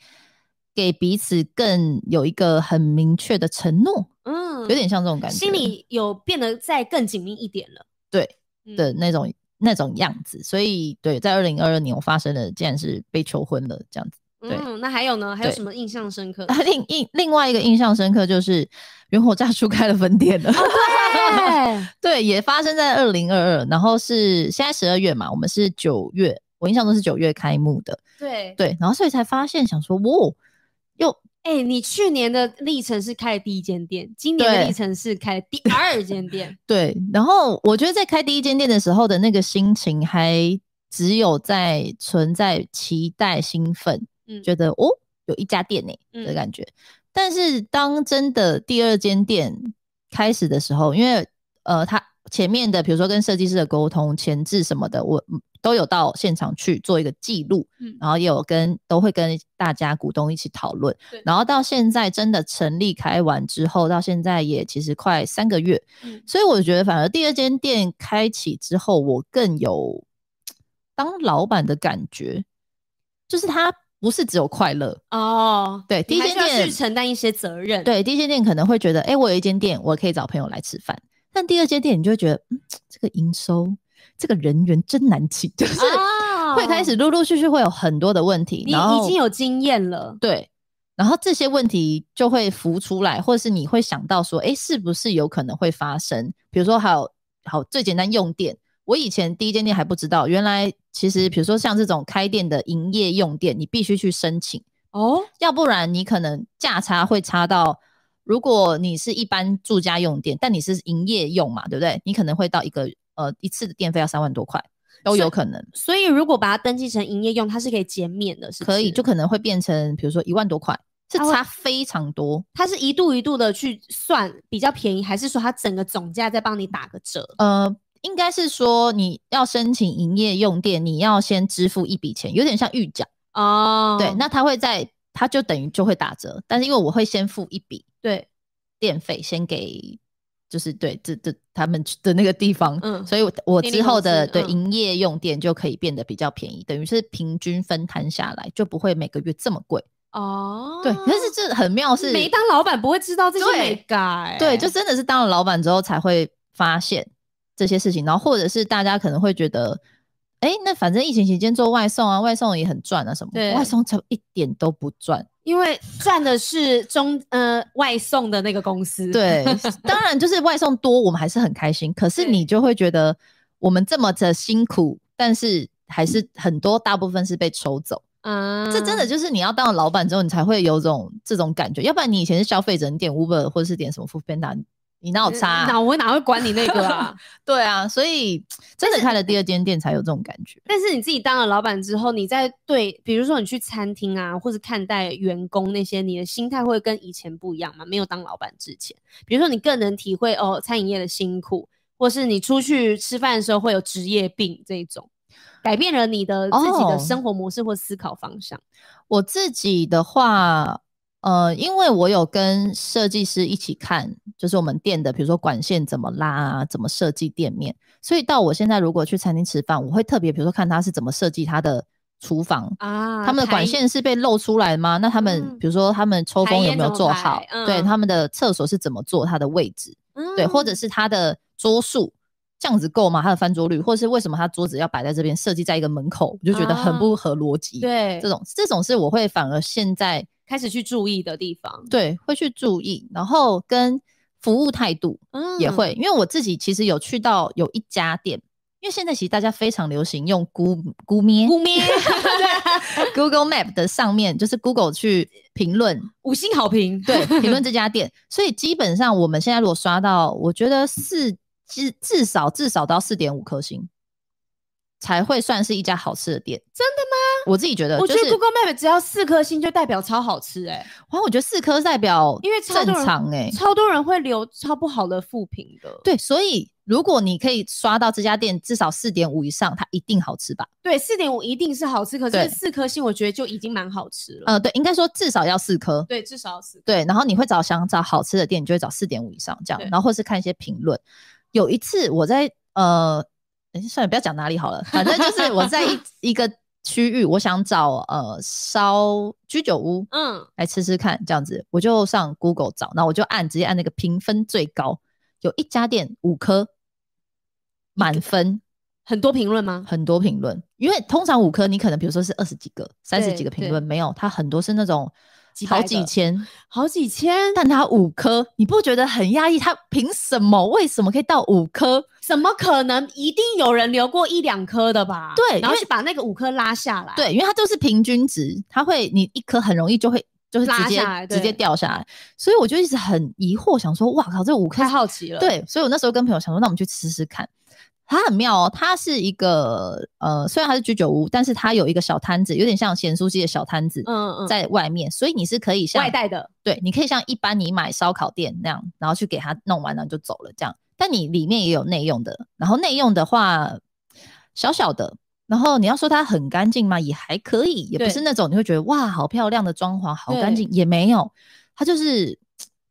B: 给彼此更有一个很明确的承诺，
A: 嗯，
B: 有点像这种感觉，
A: 心里有变得再更紧密一点了。
B: 对
A: 嗯
B: 的那种、那种样子。所以对，在二零二二年我发生的竟然是被求婚了这样子。 对
A: 嗯，那还有呢？还有
B: 对
A: 什么印象深 刻的？
B: 另另另外一个印象深刻就是元火炸出开了分 店了。
A: 对，
B: 对，也发生在二零二二，然后是现在十二月嘛，我们是九月，我印象中是九月开幕的，
A: 对，
B: 对，然后所以才发现，想说，哇，又
A: 哎、你去年的历程是开了第一间店，今年的
B: 对
A: 历程是开了第二间 店。
B: 对。然后我觉得在开第一间店的时候的那个心情，还只有在存在期待、兴奋，
A: 嗯
B: 觉得哦，有一家店呢、的
A: 嗯
B: 感觉。但是当真的第二间店开始的时候，因为呃，它前面的，比如说跟设计师的沟通、前置什么的，我嗯都有到现场去做一个记录，
A: 嗯
B: 然后也有跟都会跟大家股东一起讨论
A: 对。
B: 然后到现在真的成立开完之后，到现在也其实快三个月，
A: 嗯
B: 所以我觉得反而第二间店开启之后，我更有当老板的感觉，就是它不是只有快乐，
A: 哦，
B: 对第
A: 你
B: 一
A: 还
B: 间
A: 需要
B: 店
A: 去承担一些责任，，
B: 对，第一间店可能会觉得，哎、我有一间店，我可以找朋友来吃饭。但第二间店，你就会觉得，嗯，这个营收，这个人员真难请， 就是
A: 哦、
B: 会开始陆陆续续会有很多的问题。
A: 你
B: 然
A: 已
B: 后
A: 经有经验了，
B: 对，然后这些问题就会浮出来，或者是你会想到说，哎、是不是有可能会发生？比如说，还有好最简单用电，我以前第一间店还不知道，原来其实比如说像这种开店的营业用电，你必须去申请。
A: 哦，
B: 要不然你可能价差会差到，如果你是一般住家用电，但你是营业用嘛，对不对？你可能会到一个呃一次的电费要三万多块，都有可能，
A: 所以如果把它登记成营业用，它是可以减免的，是不
B: 可以
A: 是
B: 就可能会变成比如说一万多块，是
A: 啊我
B: 差非常多。
A: 它是一度一度的去算比较便宜，还是说它整个总价再帮你打个折？
B: 呃，应该是说你要申请营业用电，你要先支付一笔钱，有点像预缴，
A: 哦，
B: 对，那它会在它就等于就会打折，但是因为我会先付一笔
A: 对，
B: 电费先给，就是对这这他们去的那个地方，
A: 嗯
B: 所以我我
A: 电
B: 之
A: 力公
B: 后的
A: 司
B: 对
A: 嗯
B: 营业用电就可以变得比较便宜，等于是平均分摊下来就不会每个月这么贵。
A: 哦，
B: 对，可是这很妙是，
A: 没当老板不会知道这些
B: 对
A: 美改、
B: 对，就真的是当了老板之后才会发现这些事情，然后或者是大家可能会觉得。哎、那反正疫情期间做外送啊，外送也很赚啊，什么
A: 对
B: 外送就一点都不赚。
A: 因为赚的是中呃外送的那个公司，，
B: 对，当然就是外送多，我们还是很开心。可是
A: 对
B: 你就会觉得我们这么的辛苦，但是还是很多大部分是被抽走。
A: 嗯，
B: 这真的就是你要当了老板之后，你才会有种这种感觉。要不然你以前是消费者，你点 Uber 或者是点什么 f o o p a n d a 你哪有差啊、
A: 那我哪会管你那个啊？
B: 对啊，所以真的开了第二间店才有这种感觉。
A: 但是你自己当了老板之后，你在对，比如说你去餐厅啊，或者看待员工那些，你的心态会跟以前不一样吗？没有当老板之前，比如说你更能体会哦餐饮业的辛苦，或是你出去吃饭的时候会有职业病这一种，改变了你的自己的
B: 哦
A: 生活模式或思考方向。
B: 我自己的话，呃，因为我有跟设计师一起看，就是我们店的，比如说管线怎么拉啊，怎么设计店面，所以到我现在如果去餐厅吃饭，我会特别，比如说看他是怎么设计他的厨房。
A: 啊，
B: 他们的管
A: 台
B: 线是被露出来吗？那他们、
A: 嗯
B: 比如说他们抽
A: 排
B: 风有
A: 烟
B: 没有
A: 怎么
B: 做
A: 排
B: 好？
A: 嗯
B: 对，他们的厕所是怎么做它的位置？对，或者
A: 嗯
B: 是它的桌数这样子够吗？它的翻桌率，或者是为什么它桌子要摆在这边，设计在一个门口，我就觉得很
A: 啊
B: 不合逻辑。
A: 对
B: 这种这种是我会反而现在
A: 开始去注意的地方，
B: 对会去注意，然后跟服务态度
A: 嗯
B: 也会，因为我自己其实有去到有一家店，因为现在其实大家非常流行用 Google Google
A: 五咩
B: Google Map 的上面，就是 Google 去评论
A: 五星好评，
B: 对，评论这家店。所以基本上我们现在如果刷到，我觉
A: 嗯
B: 得四至至少至少都要四点五颗星，才会算是一家好吃的店。真的吗？我自己觉得，
A: 我
B: 就
A: 觉得
B: 是，
A: Google Map 只要四颗星就代表超好吃哎、
B: 哇，我觉得四颗代表
A: 因为超
B: 正
A: 多人
B: 常哎、
A: 超多人会留超不好的负评的。
B: 对，所以如果你可以刷到这家店至少四点五以上，它一定好吃吧？
A: 对，四点五一定是好吃，可
B: 对
A: 是四颗星我觉得就已经蛮好吃了。
B: 呃，对，应该说至少要四颗。
A: 对，至少要四颗。
B: 对，然后你会找想找好吃的店，你就会找四点五以上这样
A: 对，
B: 然后或是看一些评论。有一次我在呃，诶算了，不要讲哪里好了，反正就是我在一一 个区域，我想找呃烧居酒屋
A: 嗯，
B: 来吃吃看，这样子，我就上 Google 找，然后我就按直接按那个评分最高，有一家店五颗满分，
A: 很多评论吗？
B: 很多评论，因为通常五颗你可能比如说是二十几个、三十
A: 对
B: 几个评
A: 对
B: 论，没有，它很多是那种
A: 几
B: 好
A: 百
B: 几
A: 个
B: 千。
A: 好几千？
B: 但他五颗，你不觉得很压抑？他凭什么？为什么可以到五颗？
A: 怎么可能？一定有人留过一两颗的吧？
B: 对
A: 然后
B: 因为
A: 去把那个五颗拉下来。，
B: 对，因为它就是平均值，它会你一颗很容易就会就是直
A: 拉
B: 接
A: 下来
B: 直接
A: 对
B: 掉下来，所以我就一直很疑惑，想说哇靠，这五颗
A: 太好奇了。，
B: 对，所以我那时候跟朋友想说，那我们去吃吃看。它很妙哦，它是一个呃，虽然它是居酒屋，但是它有一个小摊子，有点像咸酥鸡的小摊子、
A: 嗯嗯，
B: 在外面，所以你是可以像
A: 外带的
B: 对，你可以像一般你买烧烤店那样，然后去给他弄完，然后就走了这样。但你里面也有内用的，然后内用的话小小的，然后你要说它很干净嘛，也还可以，也不
A: 对
B: 是那种你会觉得哇好漂亮的装潢，好干
A: 对
B: 净，也没有，它就是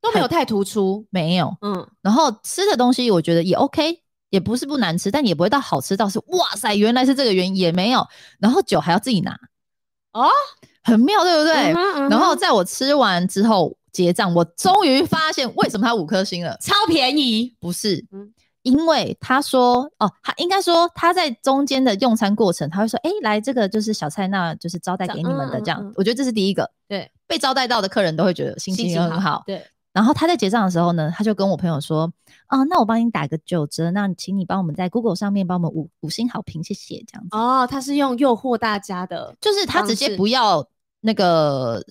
A: 都没有太突出。
B: 没有。
A: 嗯，
B: 然后吃的东西我觉得也 OK，也不是不难吃，但也不会到好吃到是哇塞，原来是这个原因也没有。然后酒还要自己拿，
A: 哦，
B: 很妙，对不对？
A: 嗯哼嗯哼
B: 然后在我吃完之后结账，我终于发现为什么它五颗星了，
A: 超便宜，
B: 不是。
A: 嗯
B: 因为他说哦，他应该说他在中间的用餐过程，他会说，哎、来这个就是小菜，那就是招待
A: 这样
B: 给你们的
A: 嗯
B: 这样。
A: 嗯嗯
B: 我觉得这是第一个，
A: 对，
B: 被招待到的客人都会觉得心情也很好。
A: 对，
B: 然后他在结账的时候呢，他就跟我朋友说：“啊，那我帮你打个九折，那请你帮我们在 Google 上面帮我们五五星好评，谢谢。”这样子，
A: 哦，他是用诱惑大家的，
B: 就是他直
A: 方
B: 接
A: 式
B: 不要那个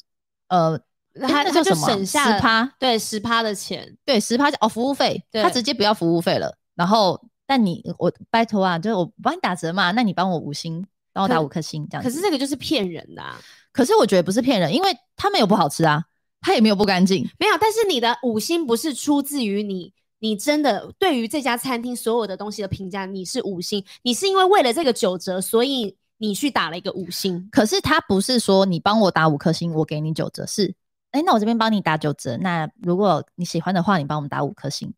B: 呃，
A: 那
B: 诶
A: 他
B: 那
A: 他
B: 叫
A: 就
B: 什么
A: 省下
B: 十趴，
A: 对十趴的钱，
B: 对，十趴哦，服务费，
A: 对
B: 他直接不要服务费了。然后，但你我拜托啊，就是我帮你打折嘛，那你帮我五星，帮我打
A: 可
B: 五颗星这样
A: 可
B: 子。
A: 是这个就是骗人的、啊，
B: 可是我觉得不是骗人，因为他们有不好吃啊，他也没有不干净。
A: 没有。但是你的五星不是出自于你，你真的对于这家餐厅所有的东西的评价，你是五星，你是因为为了这个九折，所以你去打了一个五星。
B: 可是他不是说你帮我打五颗星，我给你九折，是哎、诶那我这边帮你打九折。那如果你喜欢的话，你帮我们打五颗星，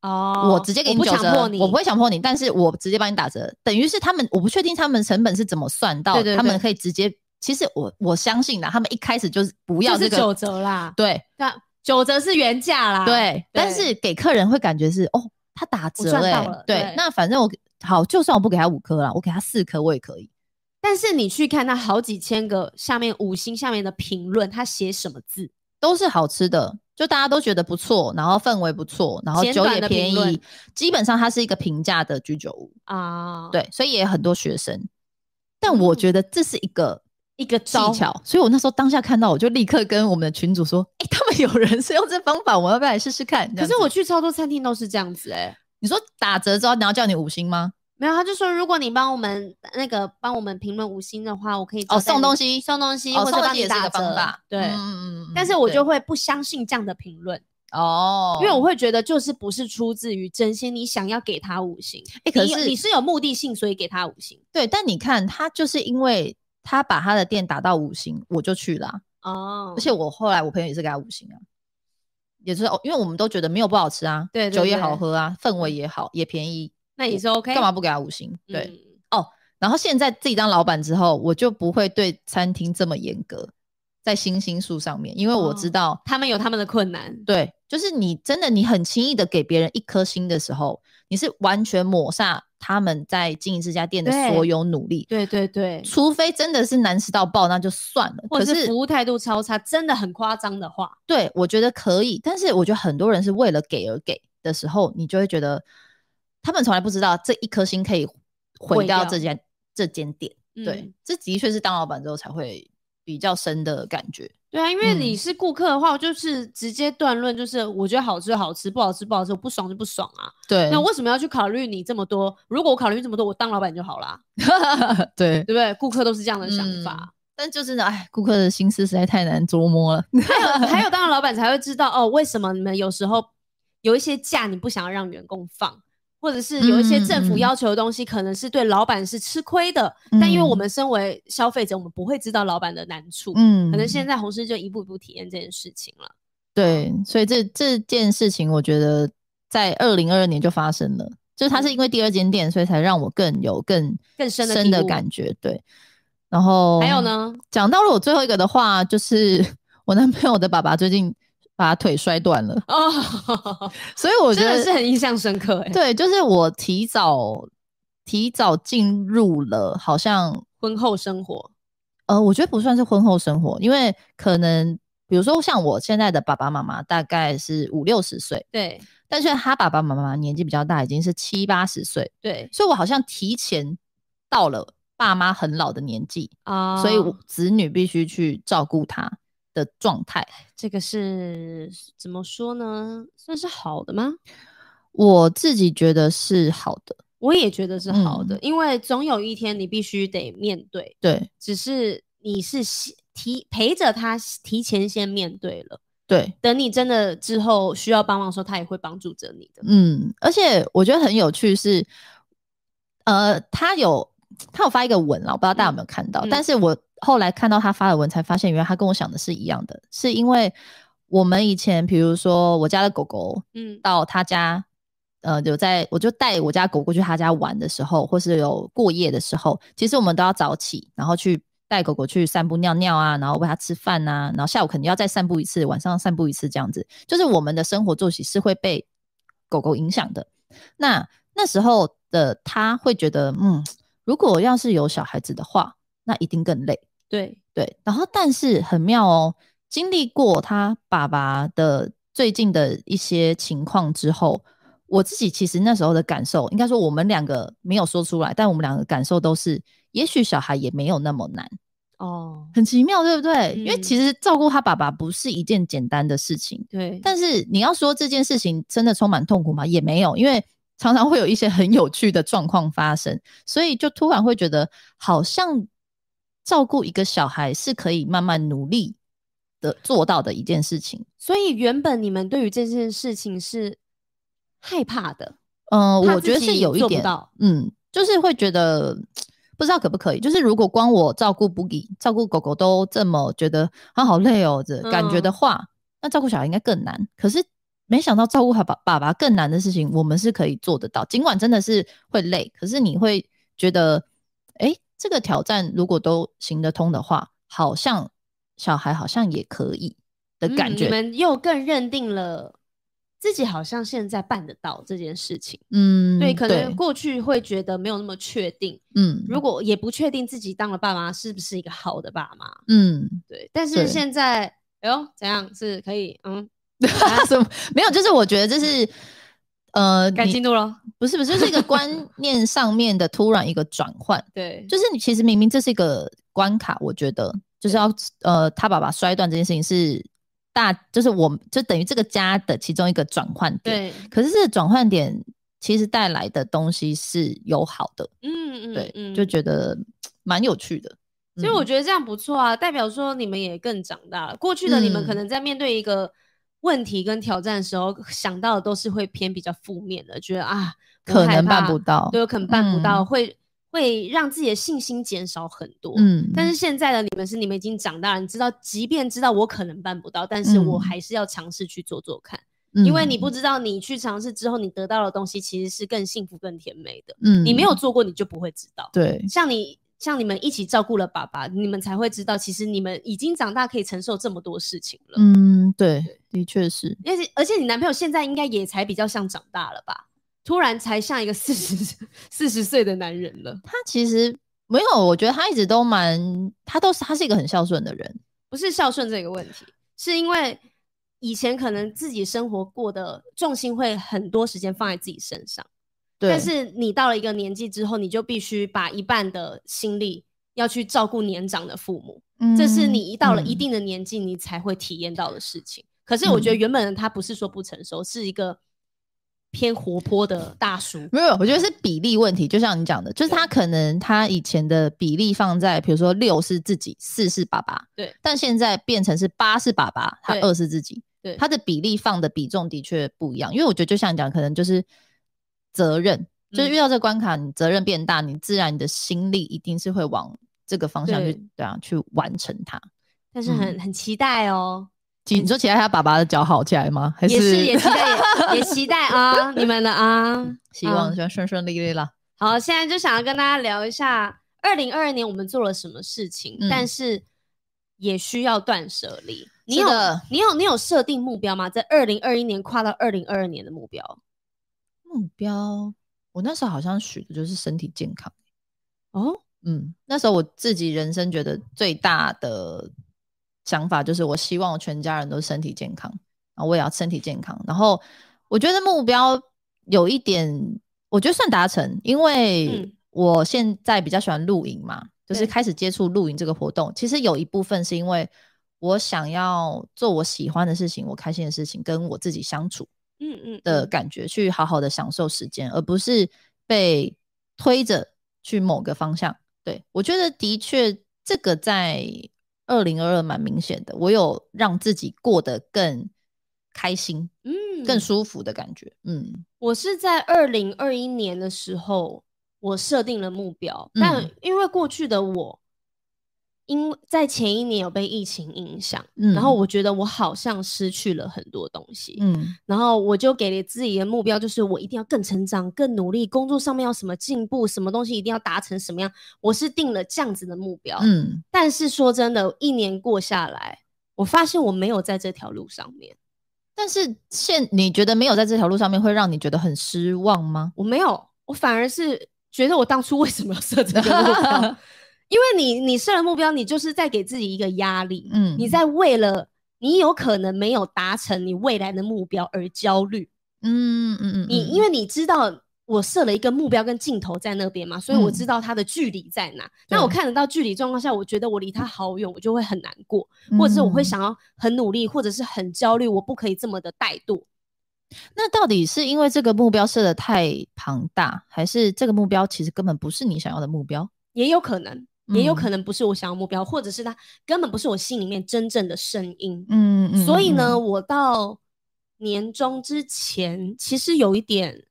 A: 哦
B: 我直接给你
A: 我不
B: 九
A: 强
B: 折，
A: 迫你，
B: 我不会强迫你，但是我直接帮你打折，等于是他们，我不确定他们成本是怎么算到，
A: 对对
B: 他们
A: 对
B: 可以直接。其实我我相信啦，他们一开始就是不要
A: 就
B: 这
A: 是
B: 个
A: 九折啦，
B: 对
A: 那啊九折是原价啦，
B: 对，但
A: 啊对
B: 是给客人会感觉是哦，他打折
A: 赚
B: 哎、
A: 到
B: 欸
A: 了
B: 对
A: 对，
B: 那反正我好，就算我不给他五颗啦，我给他四颗我也可以。
A: 但是你去看那好几千个下面五星下面的评论，他写什么字？
B: 都是好吃的，就大家都觉得不错，然后氛围不错，然后
A: 简
B: 酒
A: 短
B: 也
A: 的
B: 便
A: 评论
B: 宜，基本上它是一个平价的居酒屋，
A: 啊，，
B: 对，所以也有很多学生。但我觉得这是一个
A: 一个
B: 技
A: 嗯招
B: 巧，所以我那时候当下看到，我就立刻跟我们的群主说：“哎、他们有人是用这方法，我要不要来试试看？”
A: 可
B: 这样
A: 是我
B: 子
A: 去超多餐厅都是这样子哎、
B: 你说打折之后，然后叫你五星吗？
A: 没有，他就说如果你帮我们那个帮我们评论五星的话，我可以招待
B: 哦，送
A: 你
B: 东西，
A: 送东西，
B: 哦，
A: 或
B: 送
A: 者
B: 东
A: 帮
B: 西
A: 你
B: 也是一
A: 打
B: 个
A: 折
B: 方法，
A: 对。
B: 嗯嗯嗯
A: 但是我就
B: 对
A: 会不相信这样的评论，
B: 哦，
A: 因为我会觉得就是不是出自于真心，你想要给他五星，
B: 诶可
A: 你有
B: 是
A: 你是有目的性，所以给他五星
B: 对，但你看他就是因为他把他的店打到五星，我就去了啊、
A: 哦
B: 而且我后来我朋友也是给他五星啊，也是哦，因为我们都觉得没有不好吃啊，
A: 对对
B: 酒也好
A: 对
B: 喝啊，氛围也好，也便宜，
A: 那你说 OK
B: 干嘛不给他五星？对，
A: 嗯
B: 然后现在自己当老板之后，我就不会对餐厅这么严格，在星星数上面，因为我知
A: 哦
B: 道，
A: 他们有他们的困难，
B: 对，就是你真的你很轻易的给别人一颗星的时候，你是完全抹杀他们在经营这家店的所
A: 对
B: 有努力。
A: 对对对，
B: 除非真的是难吃到爆，那就算了。
A: 或
B: 可
A: 者
B: 是
A: 是服务态度超差，真的很夸张的话，
B: 对，我觉得可以，但是我觉得很多人是为了给而给的时候，你就会觉得他们从来不知道这一颗星可以回
A: 毁
B: 到
A: 掉
B: 这间这间店。对，
A: 嗯
B: 这的确是当老板之后才会比较深的感觉。
A: 对啊，因为
B: 嗯
A: 你是顾客的话，我就是直接断论，就是我觉得好吃就好吃，不好吃不好吃，我不爽就不爽啊。
B: 对
A: 那为什么要去考虑你这么多？如果我考虑这么多，我当老板就好啦，
B: 对，
A: 对不对？顾客都是这样的想法。
B: 但就是呢，哎，顾客的心思实在太难琢 磨了。
A: 还有还有，当然老板才会知道哦，为什么你们有时候有一些假你不想要让员工放。或者是有一些政
B: 嗯嗯
A: 府
B: 嗯
A: 要求的东西，可能是对老板是吃亏的，但因为我们身为消费者，我们不会知道老板的难处，
B: 嗯
A: 可能现在红师就一步一步体验这件事情了。
B: 对，所以这这件事情，我觉得在二零二二年就发生了，就是它是因为第二间店，所以才让我更有更
A: 更嗯深的
B: 深的
A: 体悟
B: 感哦觉。对，然后
A: 还有，呢，
B: 讲到了我最后一个的话，就是 我男朋友的爸爸最近把腿摔断了，
A: 哦，
B: 所以我觉
A: 真
B: 得
A: 的是很印象深刻哎、欸。
B: 对，就是我提早提早进入了，好像
A: 婚后生活，
B: 呃，我觉得不算是婚后生活，因为可能比如说像我现在的爸爸妈妈大概是五六十岁。
A: 对
B: 但是他爸爸妈妈年纪比较大，已经是七八十岁，
A: 对
B: 所以我好像提前到了爸妈很老的年纪，
A: 啊
B: 所以我子女必须去照顾他的状态。
A: 这个是怎么说呢？算是好的吗？
B: 我自己觉得是好的，
A: 我也觉得是好的，
B: 嗯
A: 因为总有一天你必须得面对，
B: 对
A: 只是你是先提陪着他提前先面对了，
B: 对，
A: 等你真的之后需要帮忙的时候，他也会帮助着你的。
B: 嗯，而且我觉得很有趣是，呃，他有他有发一个文啦，我不知道大家有没有看到，
A: 嗯嗯
B: 但是我后来看到他发的文，才发现原来他跟我想的是一样的，是因为我们以前比如说我家的狗狗
A: 嗯
B: 到他家，呃，有在我就带我家狗狗去他家玩的时候，或是有过夜的时候，其实我们都要早起，然后去带狗狗去散步、尿尿啊，然后喂它吃饭啊，然后下午肯定要再散步一次，晚上散步一次，这样子，就是我们的生活作息是会被狗狗影响的。那那时候的他会觉得，嗯，如果要是有小孩子的话，那一定更累。
A: 对，
B: 对，然后但是很妙哦，经历过他爸爸的最近的一些情况之后，我自己其实那时候的感受，应该说我们两个没有说出来，但我们两个感受都是，也许小孩也没有那么难，
A: 哦，
B: 很奇妙，对不对？因为
A: 嗯
B: 其实照顾他爸爸不是一件简单的事情，
A: 对，
B: 但是你要说这件事情真的充满痛苦吗？也没有，因为常常会有一些很有趣的状况发生，所以就突然会觉得好像照顾一个小孩是可以慢慢努力的做到的一件事情。
A: 所以原本你们对于这件事情是害怕的，
B: 嗯、
A: 怕
B: 我
A: 自
B: 觉得是
A: 己
B: 有一
A: 做不
B: 点，
A: 到
B: 嗯，就是会觉得不知道可不可以。就是如果光我照顾 Boogie、照顾狗狗都这么觉得啊好累哦这感觉的
A: 嗯
B: 话，那照顾小孩应该更难。可是没想到照顾好爸爸爸更难的事情，我们是可以做得到。尽管真的是会累，可是你会觉得，哎，这个挑战如果都行得通的话，好像小孩好像也可以的感
A: 嗯
B: 觉
A: 你。们又更认定了自己好像现在办得到这件事情。
B: 嗯，
A: 对，可能过去会觉得没有那么确定，
B: 嗯，
A: 如果也不确定自己当了爸妈是不是一个好的爸妈，
B: 嗯，
A: 对。但
B: 对
A: 是现在，哎呦，怎样是可以， 嗯，
B: 什么没有？就是我觉得这是呃，
A: 赶
B: 你
A: 进度咯。
B: 不是不是，就是一个观念上面的突然一个转换，
A: 对，
B: 就是你其实明明这是一个关卡，我觉得就是要呃，他爸爸摔断这件事情是大，就是我们就等于这个家的其中一个转换点。
A: 对，
B: 可是这个转换点其实带来的东西是友好的，
A: 嗯嗯，
B: 对，
A: 嗯
B: 就觉得蛮有趣的。
A: 所以我
B: 嗯
A: 觉得这样不错啊，代表说你们也更长大了。过去的你们可
B: 嗯
A: 能在面对一个问题跟挑战的时候，想到的都是会偏比较负面的，觉得啊，我
B: 可
A: 害
B: 能办
A: 怕
B: 不，到，
A: 对，我可能办不到，
B: 嗯
A: 会会让自己的信心减少很多。
B: 嗯，
A: 但是现在的你们是你们已经长大了，你知道，即便知道我可能办不到，但是我
B: 嗯
A: 还是要尝试去做做看，
B: 是
A: 因为你不，知道你去尝试之后，你得到的东西其实是更幸福、更甜美的。
B: 嗯，
A: 你没有做过，你就不会知道。
B: 对，
A: 像你像你们一起照顾了爸爸，你们才会知道，其实你们已经长大，可以承受这么多事情了。
B: 嗯，对，的确是，
A: 而且而且你男朋友现在应该也才比较像长大了吧？突然才像一个四十四十岁的男人了，
B: 他其实没有，我觉得他一直都蛮，他都是他是一个很孝顺的人，
A: 不是孝顺这个问题，是因为以前可能自己生活过的重心会很多时间放在自己身上，
B: 对，
A: 但是你到了一个年纪之后，你就必须把一半的心力要去照顾年长的父母。这是
B: 嗯
A: 你一到了一
B: 嗯
A: 定的年纪，你才会体验到的事情。可是我觉得原本他不是说不成熟，是一个偏活泼的大叔。
B: 没有，我觉得是比例问题，就像你讲的，就是他可能他以前的比例放在，比如说六是自己，四是爸爸，
A: 对，
B: 但现在变成是八是爸爸，他
A: 对
B: 二是自己，
A: 对
B: 他的比例放的比重的确不一样，因为我觉得就像你讲，可能就是责任，
A: 嗯
B: 就是遇到这个关卡，你责任变大，你自然你的心力一定是会往这个方向去，
A: 对
B: 对啊，去完成它。
A: 但是
B: 嗯
A: 很、很期待哦，
B: 你你说期待他爸爸的脚好起来吗？还
A: 也是也期
B: 是
A: 待也也期待啊，你们的啊。
B: 希望
A: 嗯
B: 希望顺顺利利啦。
A: 好，现在就想要跟大家聊一下，二零二二年我们做了什么事情，
B: 嗯
A: 但是也需要断舍离。你
B: 是
A: 有
B: 的
A: 你有你有设定目标吗？在二零二一年跨到二零二二年的目标
B: 目标，我那时候好像许的就是身体健康。
A: 哦，
B: 嗯，那时候我自己人生觉得最大的想法就是，我希望我全家人都身体健康，然后我也要身体健康。然后我觉得目标有一点，我觉得算达成，因为
A: 嗯
B: 我现在比较喜欢露营嘛，就是
A: 对
B: 开始接触露营这个活动。其实有一部分是因为我想要做我喜欢的事情，我开心的事情，跟我自己相处。
A: 嗯嗯
B: 的
A: 嗯
B: 感觉，去好好的享受时间，而不是被推着去某个方向。对我觉得的确，这个在二零二二蛮明显的，我有让自己过得更开心、
A: 嗯
B: 更舒服的感觉。嗯，
A: 我是在二零二一年的时候，我设定了目标，
B: 嗯
A: 但因为过去的我，因为在前一年有被疫情影响，
B: 嗯
A: 然后我觉得我好像失去了很多东西，
B: 嗯
A: 然后我就给了自己的目标，就是我一定要更成长、更努力，工作上面要什么进步，什么东西一定要达成什么样，我是定了这样子的目标。
B: 嗯，
A: 但是说真的，一年过下来，我发现我没有在这条路上面，
B: 但是现你觉得没有在这条路上面会让你觉得很失望吗？
A: 我没有，我反而是觉得我当初为什么要设这个目 标？因为你你设了目标，你就是在给自己一个压力，
B: 嗯，
A: 你在为了你有可能没有达成你未来的目标而焦虑。
B: 嗯嗯嗯，
A: 你因为你知道我设了一个目标跟镜头在那边嘛，所以我知道它的距离在哪。那我
B: 嗯对
A: 看得到距离状况下，我觉得我离它好远，我就会很难过，或者是我会
B: 嗯
A: 想要很努力，或者是很焦虑，我不可以这么的怠惰。
B: 那到底是因为这个目标设的太庞大，还是这个目标其实根本不是你想要的目标？
A: 也有可能，也有
B: 嗯
A: 可能不是我想要目标，或者是它根本不是我心里面真正的声音。
B: 嗯
A: 所以呢，，我到年终之前，其实有一点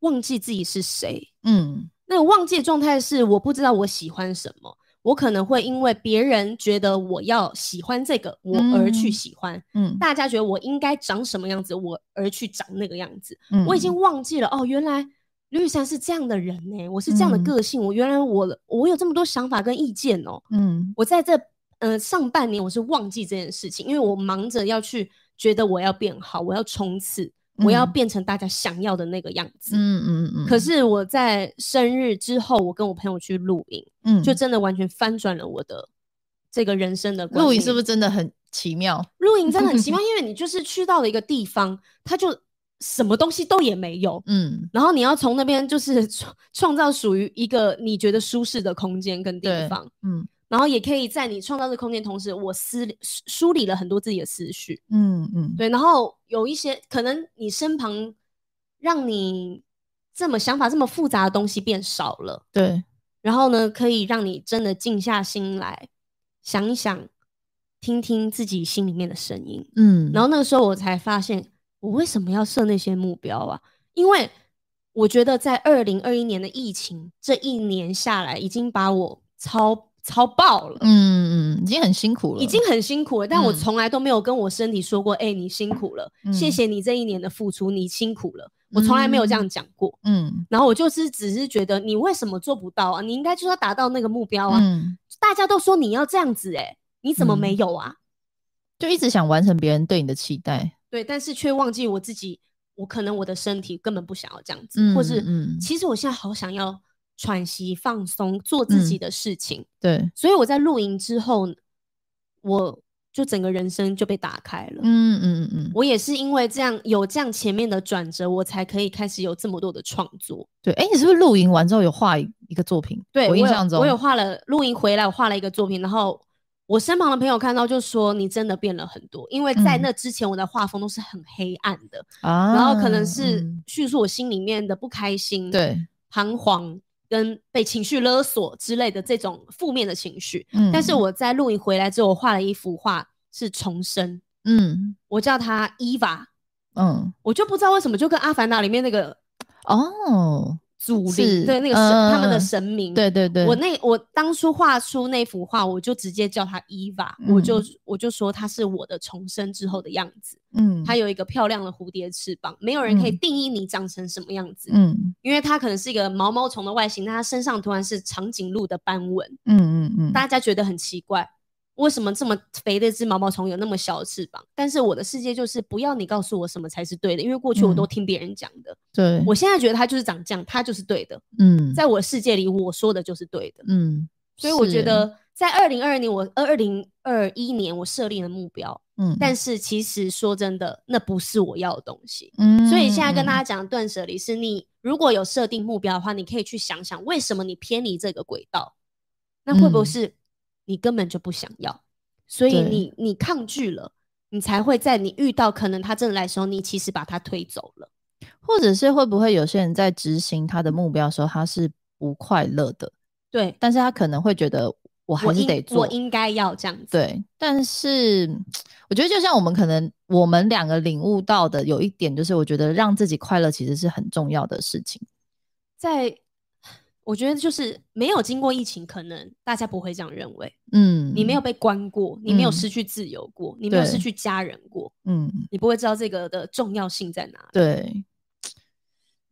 A: 忘记自己是谁。
B: 嗯
A: 那个忘记的状态是我不知道我喜欢什么，我可能会因为别人觉得我要喜欢这个，我而去
B: 嗯
A: 喜欢；
B: 嗯
A: 大家觉得我应该长什么样子，我而去长那个样子。
B: 嗯
A: 我已经忘记了哦，原来刘雨珊是这样的人呢、我是这样的
B: 嗯
A: 个性，我原来我我有这么多想法跟意见哦、
B: 嗯
A: 我在这呃上半年我是忘记这件事情，因为我忙着要去觉得我要变好，我要冲刺，我要
B: 嗯
A: 变成大家想要的那个样子。
B: 嗯嗯嗯，
A: 可是我在生日之后，我跟我朋友去露营，
B: 嗯
A: 就真的完全翻转了我的这个人生的观
B: 录影
A: 念
B: 是不是真的很奇妙？
A: 露营真的很 奇妙，因为你就是去到了一个地方，它就什么东西都也没有，
B: 嗯，
A: 然后你要从那边就是创创造属于一个你觉得舒适的空间跟地
B: 对
A: 方，
B: 嗯
A: 然后也可以在你创造的空间同时，我思梳梳理了很多自己的思绪，
B: 嗯嗯，
A: 对，然后有一些可能你身旁让你这么想法这么复杂的东西变少了。
B: 对，
A: 然后呢，可以让你真的静下心来想一想，听听自己心里面的声音。
B: 嗯，
A: 然
B: 后
A: 后那个时候我才发现，我为什么要设那些目标啊？因为我觉得在二零二一年的疫情这一年下来，已经把我超超爆了。
B: 嗯嗯，已经很辛苦了，
A: 已经很辛苦了，但我
B: 嗯
A: 从来都没有跟我身体说过：“哎、你辛苦了，谢
B: 嗯
A: 谢你这一年的付出，你辛苦了。”我从来没有这样讲过。
B: 嗯
A: 然后我就是只是觉得，你为什么做不到啊？你应该就是要达到那个目标啊！
B: 嗯，
A: 大家都说你要这样子、欸，你怎么没有啊？
B: 就一直想完成别人对你的期待，
A: 对，但是却忘记我自己，我可能我的身体根本不想要这样子，
B: 嗯
A: 或是
B: 嗯
A: 其实我现在好想要喘息、放松，做自
B: 嗯
A: 己的事情。
B: 对，
A: 所以我在露营之后，我就整个人生就被打开了。
B: 嗯嗯嗯嗯，
A: 我也是因为这样有这样前面的转折，我才可以开始有这么多的创作。
B: 对，哎，你是不是露营完之后有画一一个作品？
A: 对
B: 我印
A: 有
B: 象中
A: 我有画了露营回来，我画了一个作品，然后我身旁的朋友看到就说你真的变了很多，因为在
B: 嗯
A: 那之前我的画风都是很黑暗的，
B: 啊，
A: 然后可能是
B: 嗯
A: 叙述我心里面的不开心、、
B: 对，
A: 彷徨跟被情绪勒索之类的这种负面的情绪。
B: 嗯
A: 但是我在露营回来之后，我画了一幅画是重生，
B: 嗯
A: 我叫它伊娃，
B: 嗯
A: 我就不知道为什么就跟《阿凡达》里面那个
B: 哦，
A: 祖灵
B: 是
A: 对那个神、他们的
B: 嗯
A: 神明
B: 对对对，
A: 我那我当初画出那幅画，我就直接叫它伊娃、我就我就说它是我的重生之后的样子，
B: 嗯
A: 它有一个漂亮的蝴蝶翅膀，没有人可以
B: 嗯
A: 定义你长成什么样子，
B: 嗯
A: 因为它可能是一个毛毛虫的外形，但它身上突然是长颈鹿的斑纹，
B: 嗯嗯嗯，
A: 大家觉得很奇怪。为什么这么肥的一只毛毛虫有那么小的翅膀？但是我的世界就是不要你告诉我什么才是对的，因为过去我都
B: 嗯
A: 听别人讲的。
B: 对，
A: 我现在觉得它就是长这样，它就是对的，
B: 嗯
A: 在我的世界里我说的就是对的。
B: 嗯，
A: 所以我觉
B: 是
A: 得在二零二年，我二零二一年我设立了目标，
B: 嗯，
A: 但是其实说真的，那不是我要的东西。
B: 嗯，
A: 所以现在跟大
B: 家
A: 家讲断舍离，是你如果有设定目标的话，你可以去想想为什么你偏离这个轨道，那会不会
B: 嗯
A: 是你根本就不想要，所以
B: 对
A: 你你抗拒了，你才会在你遇到可能他真的来的时候，你其实把他推走了。
B: 或者是会不会有些人在执行他的目标的时候，他是不快乐的，
A: 对，
B: 但是他可能会觉得我还
A: 我
B: 是
A: 应
B: 得做。
A: 我应该要这样子。
B: 对，但是我觉得就像我们可能我们两个领悟到的有一点，就是我觉得让自己快乐其实是很重要的事情。
A: 在我觉得就是没有经过疫情，可能大家不会这样认为。
B: 嗯，
A: 你没有被关过，你没有
B: 嗯
A: 失去自由过，你没有
B: 对
A: 失去家人过，
B: 嗯，
A: 你不会知道这个的重要性在哪里。
B: 对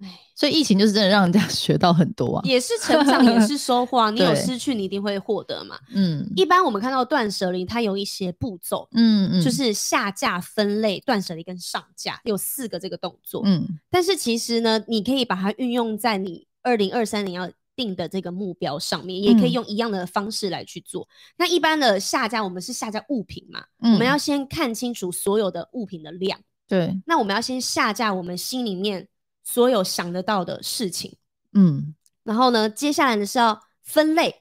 A: 唉，
B: 所以疫情就是真的让人家 学到很多啊。
A: 也是成长，也是收获啊。你有
B: 对
A: 失去，你一定会获得嘛。
B: 嗯
A: 一般我们看到断舍离，它有一些步骤，
B: 嗯嗯，
A: 就是下架、分类、断舍离跟上架，有四个这个动作。
B: 嗯
A: 但是其实呢，你可以把它运用在你二零二三年要定的这个目标上面，也可以
B: 嗯
A: 用一样的方式来去做。那一般的下架，我们是下架物品嘛，
B: 嗯，
A: 我们要先看清楚所有的物品的量。
B: 对
A: 那我们要先下架我们心里面所有想得到的事情，
B: 嗯
A: 然后呢，接下来呢是要分类，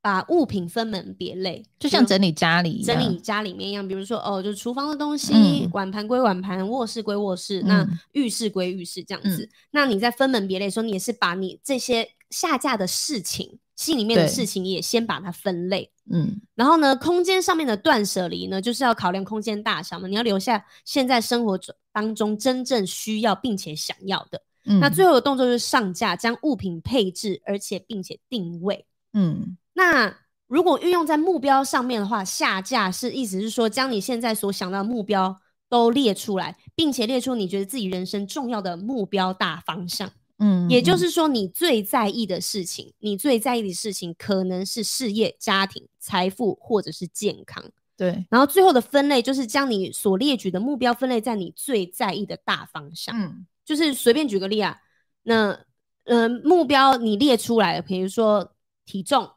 A: 把物品分门别类，比
B: 就
A: 如
B: 像整理家里一啊
A: 整
B: 样
A: 理家里面一样，比如说哦，就是厨房的东西，
B: 嗯
A: 碗盘归碗盘，卧室归卧室，那
B: 嗯
A: 浴室归浴室这样子。
B: 嗯
A: 那你在分门别类的时候，你也是把你这些下架的事情，心里面的
B: 对
A: 事情也先把它分类。
B: 嗯
A: 然后呢，空间上面的断舍离呢，就是要考量空间大小嘛，你要留下现在生活中当中真正需要并且想要的。
B: 嗯，
A: 那最后的动作就是上架，将物品配置，而且并且定位。
B: 嗯
A: 那如果运用在目标上面的话，下架是意思是说，将你现在所想到的目标都列出来，并且列出你觉得自己人生重要的目标大方向。
B: 嗯，
A: 也就
B: 嗯
A: 是说，你最在意的事情，你最在意的事情可能是事业、家庭、财富或者是健康。
B: 对，
A: 然后最后的分类就是将你所列举的目标分类在你最在意的大方向。
B: 嗯
A: 就是随便举个例啊，那呃目标你列出来了，比如说体重、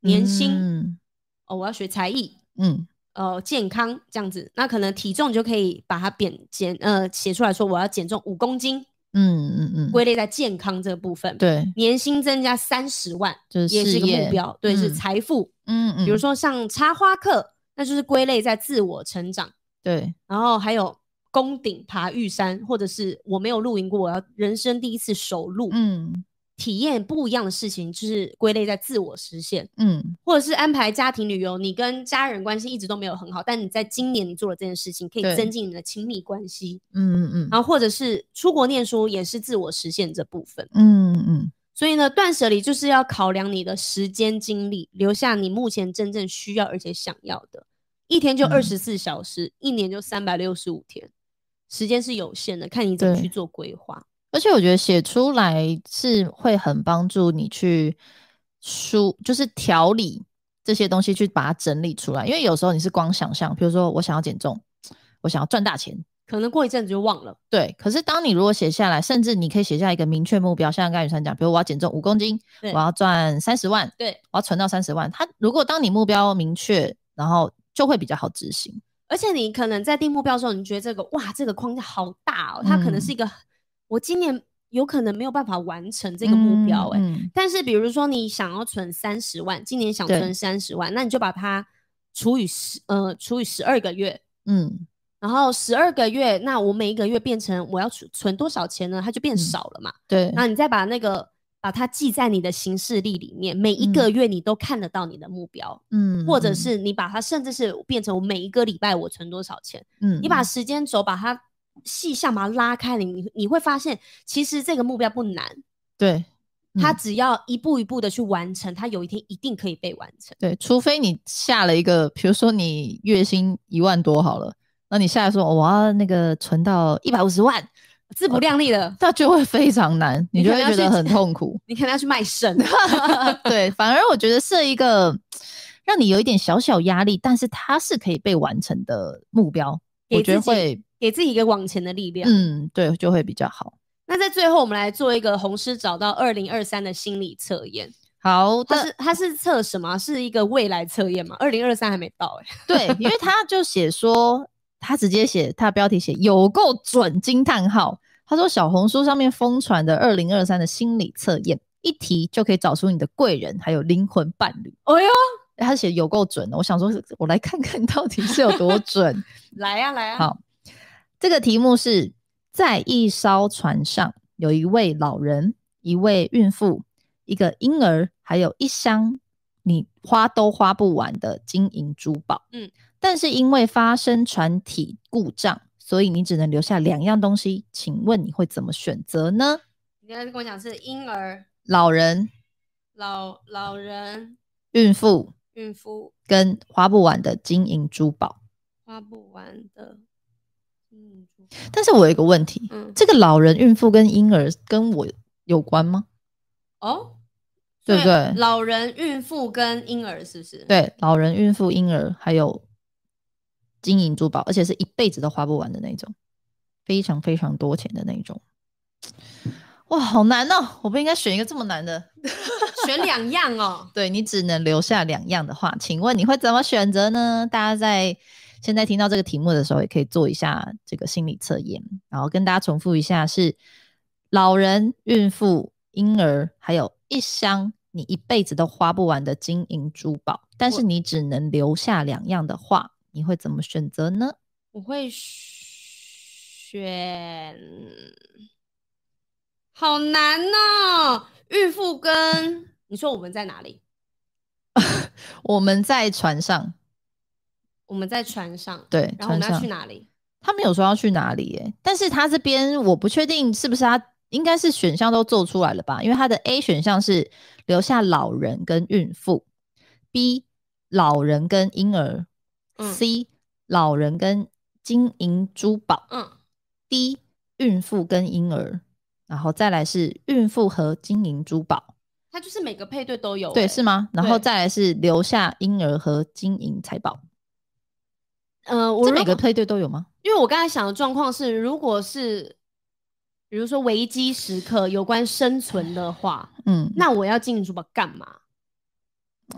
A: 年薪、
B: 嗯
A: 哦，我要学才艺，
B: 嗯
A: 呃，健康这样子，那可能体重你就可以把它贬减呃写出来说我要减重五公斤，
B: 嗯嗯嗯，
A: 归类在健康这部分。，
B: 对，
A: 年薪增加三十万
B: 就是
A: 也是
B: 事
A: 一个目
B: 业
A: 标，对，是
B: 嗯
A: 财富。
B: 嗯嗯，
A: 比如说像插花课，那就是归类在自我成长。
B: 对，
A: 然后还有攻顶爬玉山，或者是我没有露营过，我要人生第一次首露，
B: 嗯
A: 体验不一样的事情，就是归类在自我实现，
B: 嗯
A: 或者是安排家庭旅游。你跟家人关系一直都没有很好，但你在今年你做了这件事情，可以
B: 对
A: 增进你们的亲密关系。
B: 嗯嗯嗯
A: 然后或者是出国念书，也是自我实现这部分。
B: 嗯嗯
A: 所以呢，断舍离就是要考量你的时间精力，留下你目前真正需要而且想要的。一天就
B: 嗯
A: 二十四小时，一年就三百六十五天，时间是有限的，看你怎么
B: 对
A: 去做规划。
B: 而且我觉得写出来是会很帮助你去梳，就是调理这些东西，去把它整理出来。因为有时候你是光想象，比如说我想要减重，我想要赚大钱，
A: 可能过一阵子就忘了，
B: 对。可是当你如果写下来，甚至你可以写下一个明确目标，像刚才雨珊讲，比如我要减重五公斤，我
A: 对
B: 要赚三十万，
A: 对，
B: 我要存到三十万。它如果当你目标明确，然后就会比较好执行。
A: 而且你可能在定目标的时候，你觉得这个哇，这个框架好大哦，它可能
B: 嗯
A: 是一个、我今年有可能没有办法完成这个目标、欸，哎、
B: 嗯
A: 但是比如说你想要存三十万，今年想
B: 对
A: 存三十万，那你就把它除以十，呃，除以十二个月，
B: 嗯
A: 然后十二个月，那我每一个月变成我要存存多少钱呢？它就变
B: 嗯
A: 少了嘛。
B: 对，
A: 那你再把那个把它记在你的行事历里面，每一个月你都看得到你的目标，
B: 嗯，
A: 或者
B: 嗯
A: 是你把它甚至是变成我每一个礼拜我存多少钱，
B: 嗯，
A: 你把时间轴把它细项把它拉开了，你你会发现其实这个目标不难，
B: 对
A: 它
B: 嗯
A: 只要一步一步的去完成，它有一天一定可以被完成。
B: 对，除非你下了一个，比如说你月薪一万多好了，那你下来说我要那个存到一百五十万，
A: 自不量力的，
B: 那就会非常难，
A: 你
B: 你就
A: 可
B: 会
A: 能
B: 觉
A: 要
B: 得
A: 去。
B: 很痛苦
A: 你可能要去卖 肾。
B: 对，反而我觉得设一个让你有一点小小压力，但是它是可以被完成的目标，我
A: 给
B: 觉得
A: 自己
B: 会，
A: 给自己一个往前的力量。
B: 嗯，对，就会比较好。
A: 那在最后，我们来做一个红师找到二零二三的心理测验。
B: 好
A: 它
B: 的，
A: 是它是测什么啊？是一个未来测验嘛？二零二三还没到哎、
B: 对，因为他就写说，他直接写他的标题写有够准惊叹号。他说小红书上面疯传的二零二三的心理测验，一题就可以找出你的贵人还有灵魂伴侣。
A: 哎呦，
B: 他写有够准的，我想说，我来看看到底是有多准。
A: 来呀、来呀、
B: 好这个题目是在一艘船上，有一位老人、一位孕妇、一个婴儿，还有一箱你花都花不完的金银珠宝，
A: 嗯，
B: 但是因为发生船体故障，所以你只能留下两样东西，请问你会怎么选择呢？
A: 你刚才跟我讲是婴儿、
B: 老人、
A: 老老人、
B: 孕妇
A: 孕妇
B: 跟花不完的金银珠宝。
A: 花不完的，嗯，
B: 但是我有一个问题，
A: 嗯，
B: 这个老人、孕妇跟婴儿跟我有关吗？
A: 哦，
B: 对不
A: 所以
B: 对
A: 老人、孕妇跟婴儿是不是？，
B: 对，老人、孕妇、婴儿还有金银珠宝，而且是一辈子都花不完的那种，非常非常多钱的那种。哇，好难哦！我不应该选一个这么难的。
A: 选两样 哦。
B: 对你只能留下两样的话，请问你会怎么选择呢？大家在现在听到这个题目的时候，也可以做一下这个心理测验，然后跟大家重复一下：是老人、孕妇、婴儿，还有一箱你一辈子都花不完的金银珠宝，但是
A: 我
B: 你只能留下两样的话，你会怎么选择呢？
A: 我会选，好难哦。孕妇跟你说我们在哪里？
B: 我们在船上，
A: 我们在船上，
B: 对，
A: 然后我
B: 船
A: 们要
B: 上
A: 去哪里？
B: 他没有说要去哪里耶、但是他这边我不确定是不是他应该是选项都做出来了吧？因为他的 A 选项是留下老人跟孕妇，B 老人跟婴儿、
A: 嗯
B: c 老人跟金银珠宝
A: 嗯，
B: ，D 孕妇跟婴儿，然后再来是孕妇和金银珠宝，
A: 它就是每个配对都有、欸
B: 对，是？吗？然后
A: 对
B: 再来是留下婴儿和金银财宝，
A: 呃，我
B: 这
A: 如
B: 每个
A: 果
B: 配对都有吗？
A: 因为我刚才想的状况是，如果是比如说危机时刻有关生存的 话，
B: 嗯，
A: 那我要金银珠宝干嘛？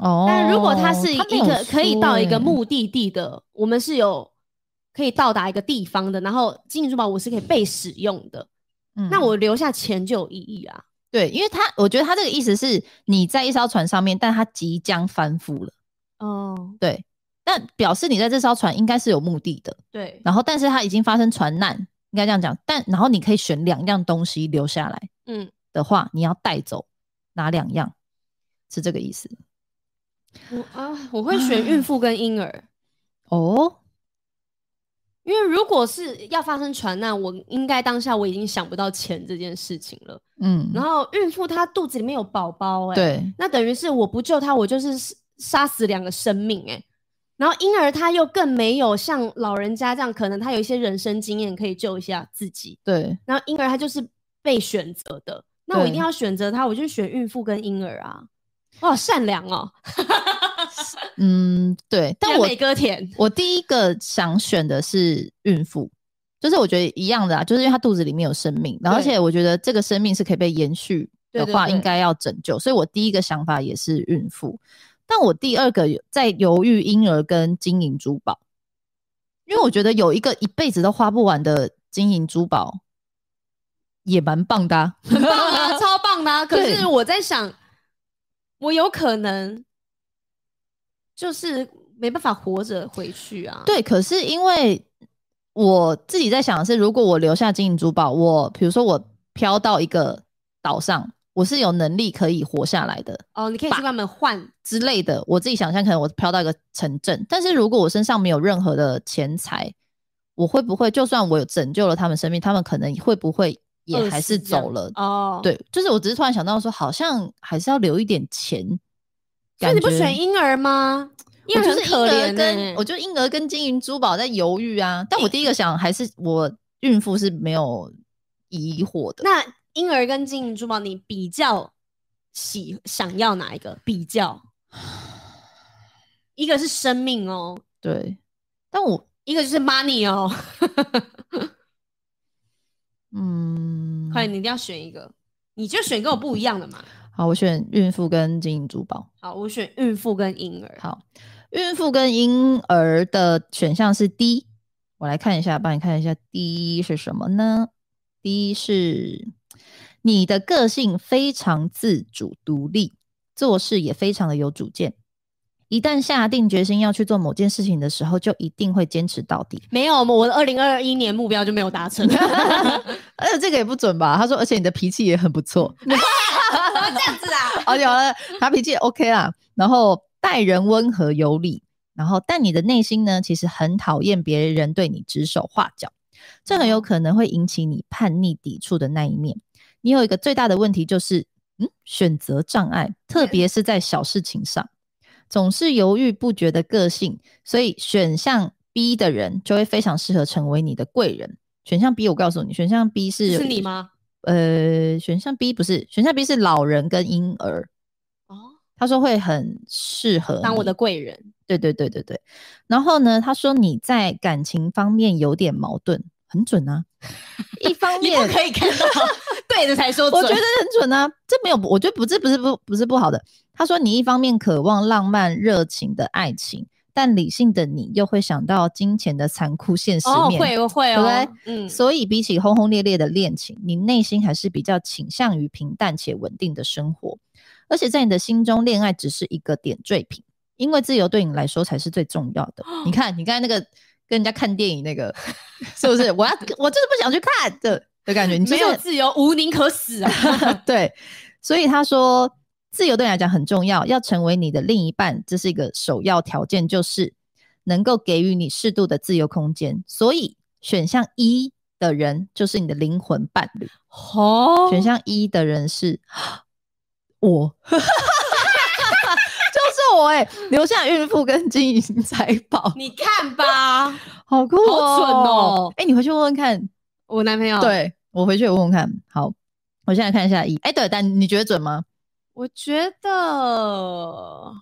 B: 哦，
A: 但如果它是一
B: 他没有欸
A: 个可以
B: 说
A: 到一个
B: 耶
A: 目的地的，我们是有可以到达一个地方的，然后金银珠宝我是可以被使用的，
B: 嗯
A: 那我留下钱就有意义啊。
B: 对，因为他我觉得他这个意思是你在一艘船上面，但它即将翻覆了，
A: 哦，
B: 对，但表示你在这艘船应该是有目的的，
A: 对，
B: 然后但是它已经发生船难，应该这样讲，但然后你可以选两样东西留下来
A: 嗯，
B: 的话，你要带走哪两样？是这个意思
A: 我啊，我会选孕妇跟婴儿。
B: 哦，
A: 因为如果是要发生船难，我应该当下我已经想不到钱这件事情了。
B: 嗯，
A: 然后孕妇她肚子里面有宝宝、欸，，
B: 对，
A: 那等于是我不救她，我就是杀杀死两个生命、欸，然后婴儿他又更没有像老人家这样，可能他有一些人生经验可以救一下自己。
B: 对，
A: 然后婴儿他就是被选择的，那我一定
B: 对
A: 要选择他，我就选孕妇跟婴儿啊。我好善良哦，
B: 嗯，对，但我
A: 美歌田，
B: 我第一个想选的是孕妇，就是我觉得一样的啊，就是因为她肚子里面有生命，然后而
A: 对
B: 且我觉得这个生命是可以被延续的
A: 对对
B: 话，
A: 对
B: 应该要拯救，所以我第一个想法也是孕妇。但我第二个有在犹豫婴儿跟金银珠宝，因为我觉得有一个一辈子都花不完的金银珠宝也蛮棒的、啊。
A: 很棒啊， 超棒的、啊。可
B: 对
A: 是我在想，我有可能就是没办法活着回去啊。，
B: 对，可是因为我自己在想的是，如果我留下金银珠宝，我比如说我飘到一个岛上，我是有能力可以活下来的
A: 哦，你可以去
B: 把
A: 跟他们换，
B: 之类的。我自己想象，可能我飘到一个城镇，但是如果我身上没有任何的钱财，我会不会就算我有拯救了他们生命，他们可能会不会也
A: 饿
B: 还
A: 死
B: 是
A: 这样
B: 走了？
A: 哦。，
B: 对，就是我只是突然想到说，好像还是要留一点钱。
A: 所以你不
B: 感觉
A: 选婴儿吗？婴
B: 我
A: 儿
B: 就
A: 很
B: 是婴
A: 可
B: 儿
A: 怜
B: 跟、
A: 欸
B: 我就婴儿跟金银珠宝在犹豫啊，但我第一个想还是我孕妇是没有疑惑的。
A: 那婴儿跟金银珠宝，你比较喜想要哪一个？比较，一个是生命哦，
B: 对，但我
A: 一个就是 money 哦。
B: 嗯，
A: 快，你一定要选一个，你就选跟我不一样的嘛。
B: 好，我选孕妇跟金银珠宝。
A: 好，我选孕妇跟婴儿。
B: 好，孕妇跟婴儿的选项是 D，我来看一下，帮你看一下 D 是什么呢？D 是你的个性非常自主独立，做事也非常的有主见。一旦下定决心要去做某件事情的时候，就一定会坚持到底。
A: 没有，我的二零二一年目标就没有 达成。
B: 哎而且这个也不准吧？他说，而且你的脾气也很不错。
A: 他这样子 啊，
B: 而且完哦了，他脾气也 OK 啦，然后待人温和有礼，然后但你的内心呢，其实很讨厌别人对你指手画脚，这
A: 哦
B: 很有可能会引起你叛逆抵触的那一面。你有一个最大的问题就是，嗯，选择障碍，特别是在小事情上，总是犹豫不决的个性，所以选项 B 的人就会非常适合成为你的贵人。选项 B，我告诉你，选项 B 是
A: 是你？吗？
B: 呃，选项 B 不是，选项 B 是老人跟婴儿。
A: 哦，
B: 他说会很适合
A: 当我
B: 你
A: 的贵人，
B: 对对对对对。然后呢，他说你在感情方面有点矛盾，很准啊。一方
A: 你
B: 面，
A: 不可以看 到对的才说准。
B: 我觉得很准啊，这没有，我觉得不是不是不不是不好的。他说你一方面渴望浪漫热情的爱情，但理性的你又会想到金钱的残酷现实
A: 哦，
B: 面。
A: 会我会
B: 对不
A: 哦
B: 对，
A: 嗯，
B: 所以，比起轰轰烈烈的恋情，你内心还是比较倾向于平淡且稳定的生活。而且，在你的心中，恋爱只是一个点缀品，因为自由对你来说才是最重要 的。你看，你刚才那个跟人家看电影那个，是不是？我要，我就是不想去看的的感觉。你就
A: 没有
B: 是
A: 自由，无宁可死啊！
B: 对，所以他说，自由对你来讲很重要，要成为你的另一半，这是一个首要条件，就是能够给予你适度的自由空间。所以选项一的人就是你的灵魂伴侣，
A: 哦
B: 选项一的人是我。 就是我哎、留下孕妇跟金银财宝，
A: 你看吧，
B: 好酷、
A: 好准哦
B: 哎、你回去问问看，
A: 我男朋友，，
B: 对我回去问问看。好，我现在看一下一。哎、对，但你觉得准吗？
A: 我觉得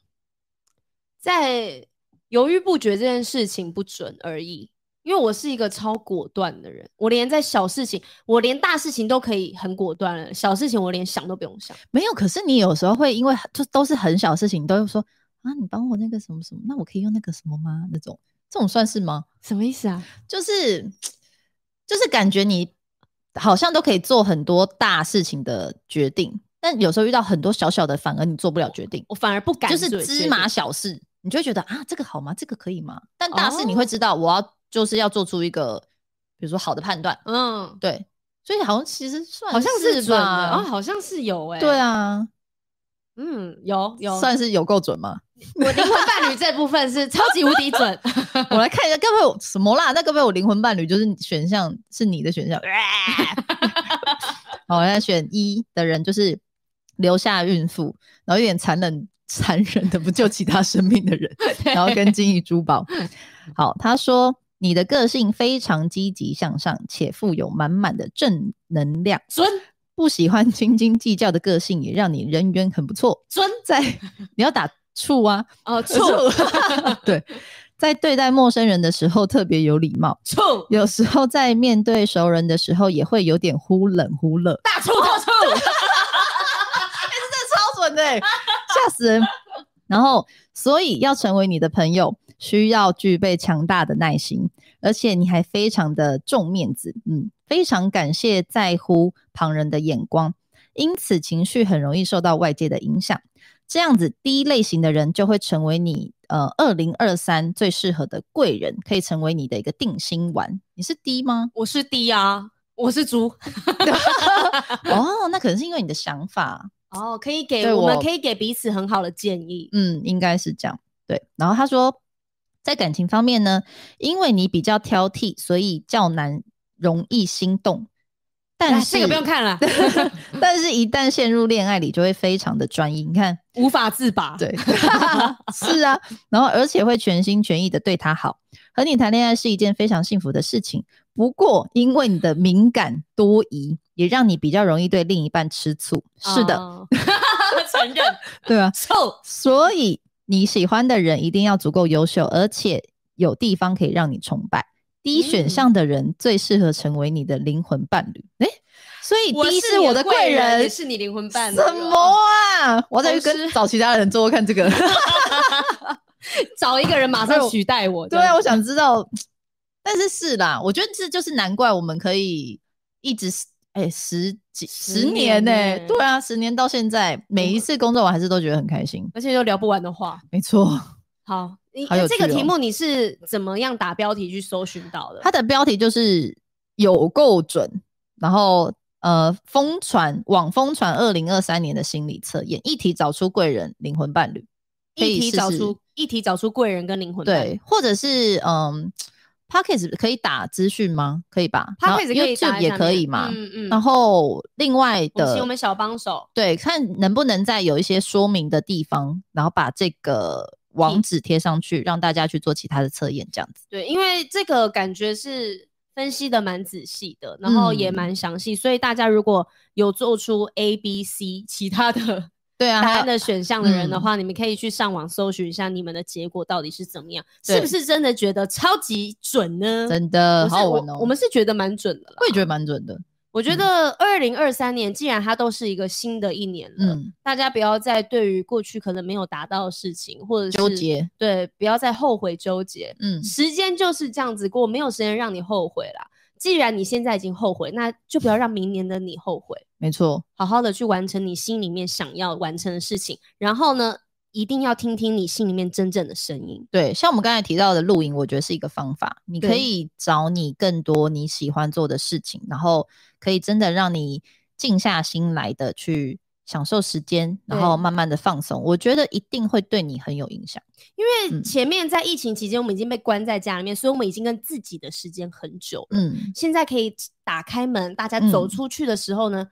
A: 在犹豫不决这件事情不准而已，因为我是一个超果断的人，我连在小事情，我连大事情都可以很果断了，小事情我连想都不用想。
B: 没有，可是你有时候会因为就都是很小的事情，你都会说啊，你帮我那个什么什么，那我可以用那个什么吗？那种这种算是吗？
A: 什么意思啊？
B: 就是就是感觉你好像都可以做很多大事情的决定，但有时候遇到很多小小的，反而你做不了决定，
A: 我反而不敢
B: 就
A: 做
B: 是
A: 决定，
B: 芝麻小事，你就会觉得啊，这个好吗？这个可以吗？但大事
A: 哦
B: 你会知道，我要就是要做出一个，比如说好的判断，
A: 嗯，
B: 对，所以好像其实算
A: 好像
B: 是
A: 准的，
B: 吧
A: 啊，好像是有哎、
B: 对，啊，
A: 嗯，有有，
B: 算是有够准吗？
A: 我灵魂伴侣这部分是超级无敌 准，
B: 我来看一下，该不会我什么啦？那该不会我灵魂伴侣就是选项是你的选项？好，我来选一的人就是留下孕妇，然后有点残忍、残忍的不救其他生命的人，然后跟金银珠宝。好，他说你的个性非常积极向上，且富有满满的正能量。
A: 准
B: 不喜欢斤斤计较的个性，也让你人缘很不错。
A: 准
B: 在你要打醋啊，
A: 哦，处
B: 对，在对待陌生人的时候特别有礼貌，
A: 处
B: 有时候在面对熟人的时候也会有点忽冷忽热，
A: 大处特处，
B: 超准的、吓死人。然后，所以要成为你的朋友，需要具备强大的耐心，而且你还非常的重面子，嗯，非常感谢在乎旁人的眼光，因此情绪很容易受到外界的影响。这样子，第一类型的人就会成为你呃二零二三最适合的贵人，可以成为你的一个定心丸。你是 D 吗？
A: 我是 D 啊，我是猪。
B: 哦，那可能是因为你的想法，
A: 哦，可以给
B: 对
A: 我们
B: 我
A: 可以给彼此很好的建议。
B: 嗯，应该是这样。对，然后他说，在感情方面呢，因为你比较挑剔，所以较难容易心动。但
A: 哎
B: 是
A: 这个不用， 看了，
B: 但是一旦陷入恋爱里，就会非常的专一。你看，
A: 无法自拔。
B: 对， 是啊，然后而且会全心全意的对他好，和你谈恋爱是一件非常幸福的事情。不过，因为你的敏感多疑，也让你比较容易对另一半吃醋。是的，
A: 哦， 承认
B: 对啊，
A: 臭
B: 所以你喜欢的人一定要足够优秀，而且有地方可以让你崇拜。第一选项的人最适合成为你的灵魂伴侣。诶，所以第一
A: 是
B: 我
A: 你
B: 的
A: 贵
B: 贵人，
A: 也是你灵魂伴侣。哦
B: 什么？啊？我要再去
A: 同
B: 跟
A: 时
B: 找其他人做做看 这个。 啊
A: 找一个人马上取代我。
B: 哎对啊，
A: 这
B: 我
A: 样
B: 想知道。但是是啦，我觉得这就是难怪我们可以一直哎、十几
A: 十
B: 十年呢、
A: 年欸
B: 对啊，十年到现在，每一次工作完还是都觉得很开心。
A: 而且又聊不完的话。
B: 没错。
A: 好，你哎
B: 好有
A: 这个
B: 趣哦
A: 题目你是怎么样打标题去搜寻到的？
B: 它的标题就是有够准，然后呃，疯传网疯传二零二三年的心理测验，一题找出贵人灵魂伴侣，可以
A: 一题
B: 试
A: 找
B: 试
A: 出一题找出贵人跟灵魂伴侣。
B: 对，或者是嗯 p o c k e t 可以打资讯吗？可以吧
A: p o d c 可以打
B: YouTube
A: 在
B: 也
A: 上
B: 可
A: 面
B: 以嘛。
A: 嗯嗯。
B: 然后另外
A: 我们请
B: 哦的
A: 我们小帮手，
B: 对，看能不能在有一些说明的地方，然后把这个
A: 嗯
B: 网址贴上去，让大家去做其他的测验，这样子。
A: 对，因为这个感觉是分析的蛮仔细的，然后也
B: 嗯
A: 蛮详细，所以大家如果有做出 A、B、C 其他的
B: 对 啊，嗯
A: 答
B: 还
A: 案
B: 有
A: 的选项的人的话，你们可以去上网搜寻一下你们的结果到底是怎么样，是不
B: 对
A: 是真的觉得超级准呢？
B: 真的
A: 我
B: 好
A: 是
B: 好
A: 我
B: 玩哦。
A: 我们是觉得蛮准的啦。
B: 我也觉得蛮准的。
A: 我觉
B: 嗯
A: 得二零二三年既然它都是一个新的一年了，
B: 嗯，
A: 大家不要再对于过去可能没有达到的事情或者是
B: 纠，结。
A: 对，不要再后悔纠结。
B: 嗯，
A: 时间就是这样子过，没有时间让你后悔啦。既然你现在已经后悔，那就不要让明年的你后悔，
B: 没错。
A: 好好的去完成你心里面想要完成的事情。然后呢，一定要听听你心里面真正的声音。
B: 对，像我们刚才提到的露营，我觉得是一个方法。你可
A: 对
B: 以找你更多你喜欢做的事情，然后可以真的让你静下心来的去享受时间，然后
A: 对
B: 慢慢的放松。我觉得一定会对你很有影响。
A: 因为
B: 嗯
A: 前面在疫情期间，我们已经被关在家里面，所以我们已经跟自己的时间很久了。
B: 嗯，
A: 现在可以打开门，大家
B: 嗯
A: 走出去的时候呢，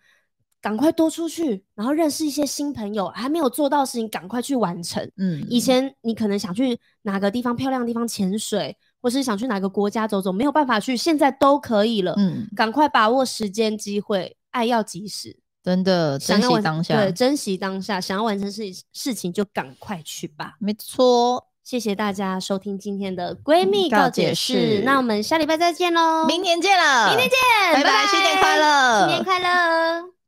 A: 赶快多出去，然后认识一些新朋友，还没有做到的事情赶快去完成。
B: 嗯，
A: 以前你可能想去哪个地方漂亮的地方潜水，或是想去哪个国家走走，没有办法去，现在都可以了。
B: 嗯，
A: 赶快把握时间机会，爱要及时，
B: 真的珍
A: 想要
B: 惜
A: 完
B: 当下
A: 对，，珍惜当下，想要完成事事情就赶快去吧。
B: 没错。
A: 谢谢大家收听今天的闺蜜
B: 嗯告
A: 告解
B: 解
A: 室
B: 室，
A: 那我们下礼拜再见喽，
B: 明年见了，
A: 明天见，
B: 拜拜，新年快乐，
A: 新年快乐。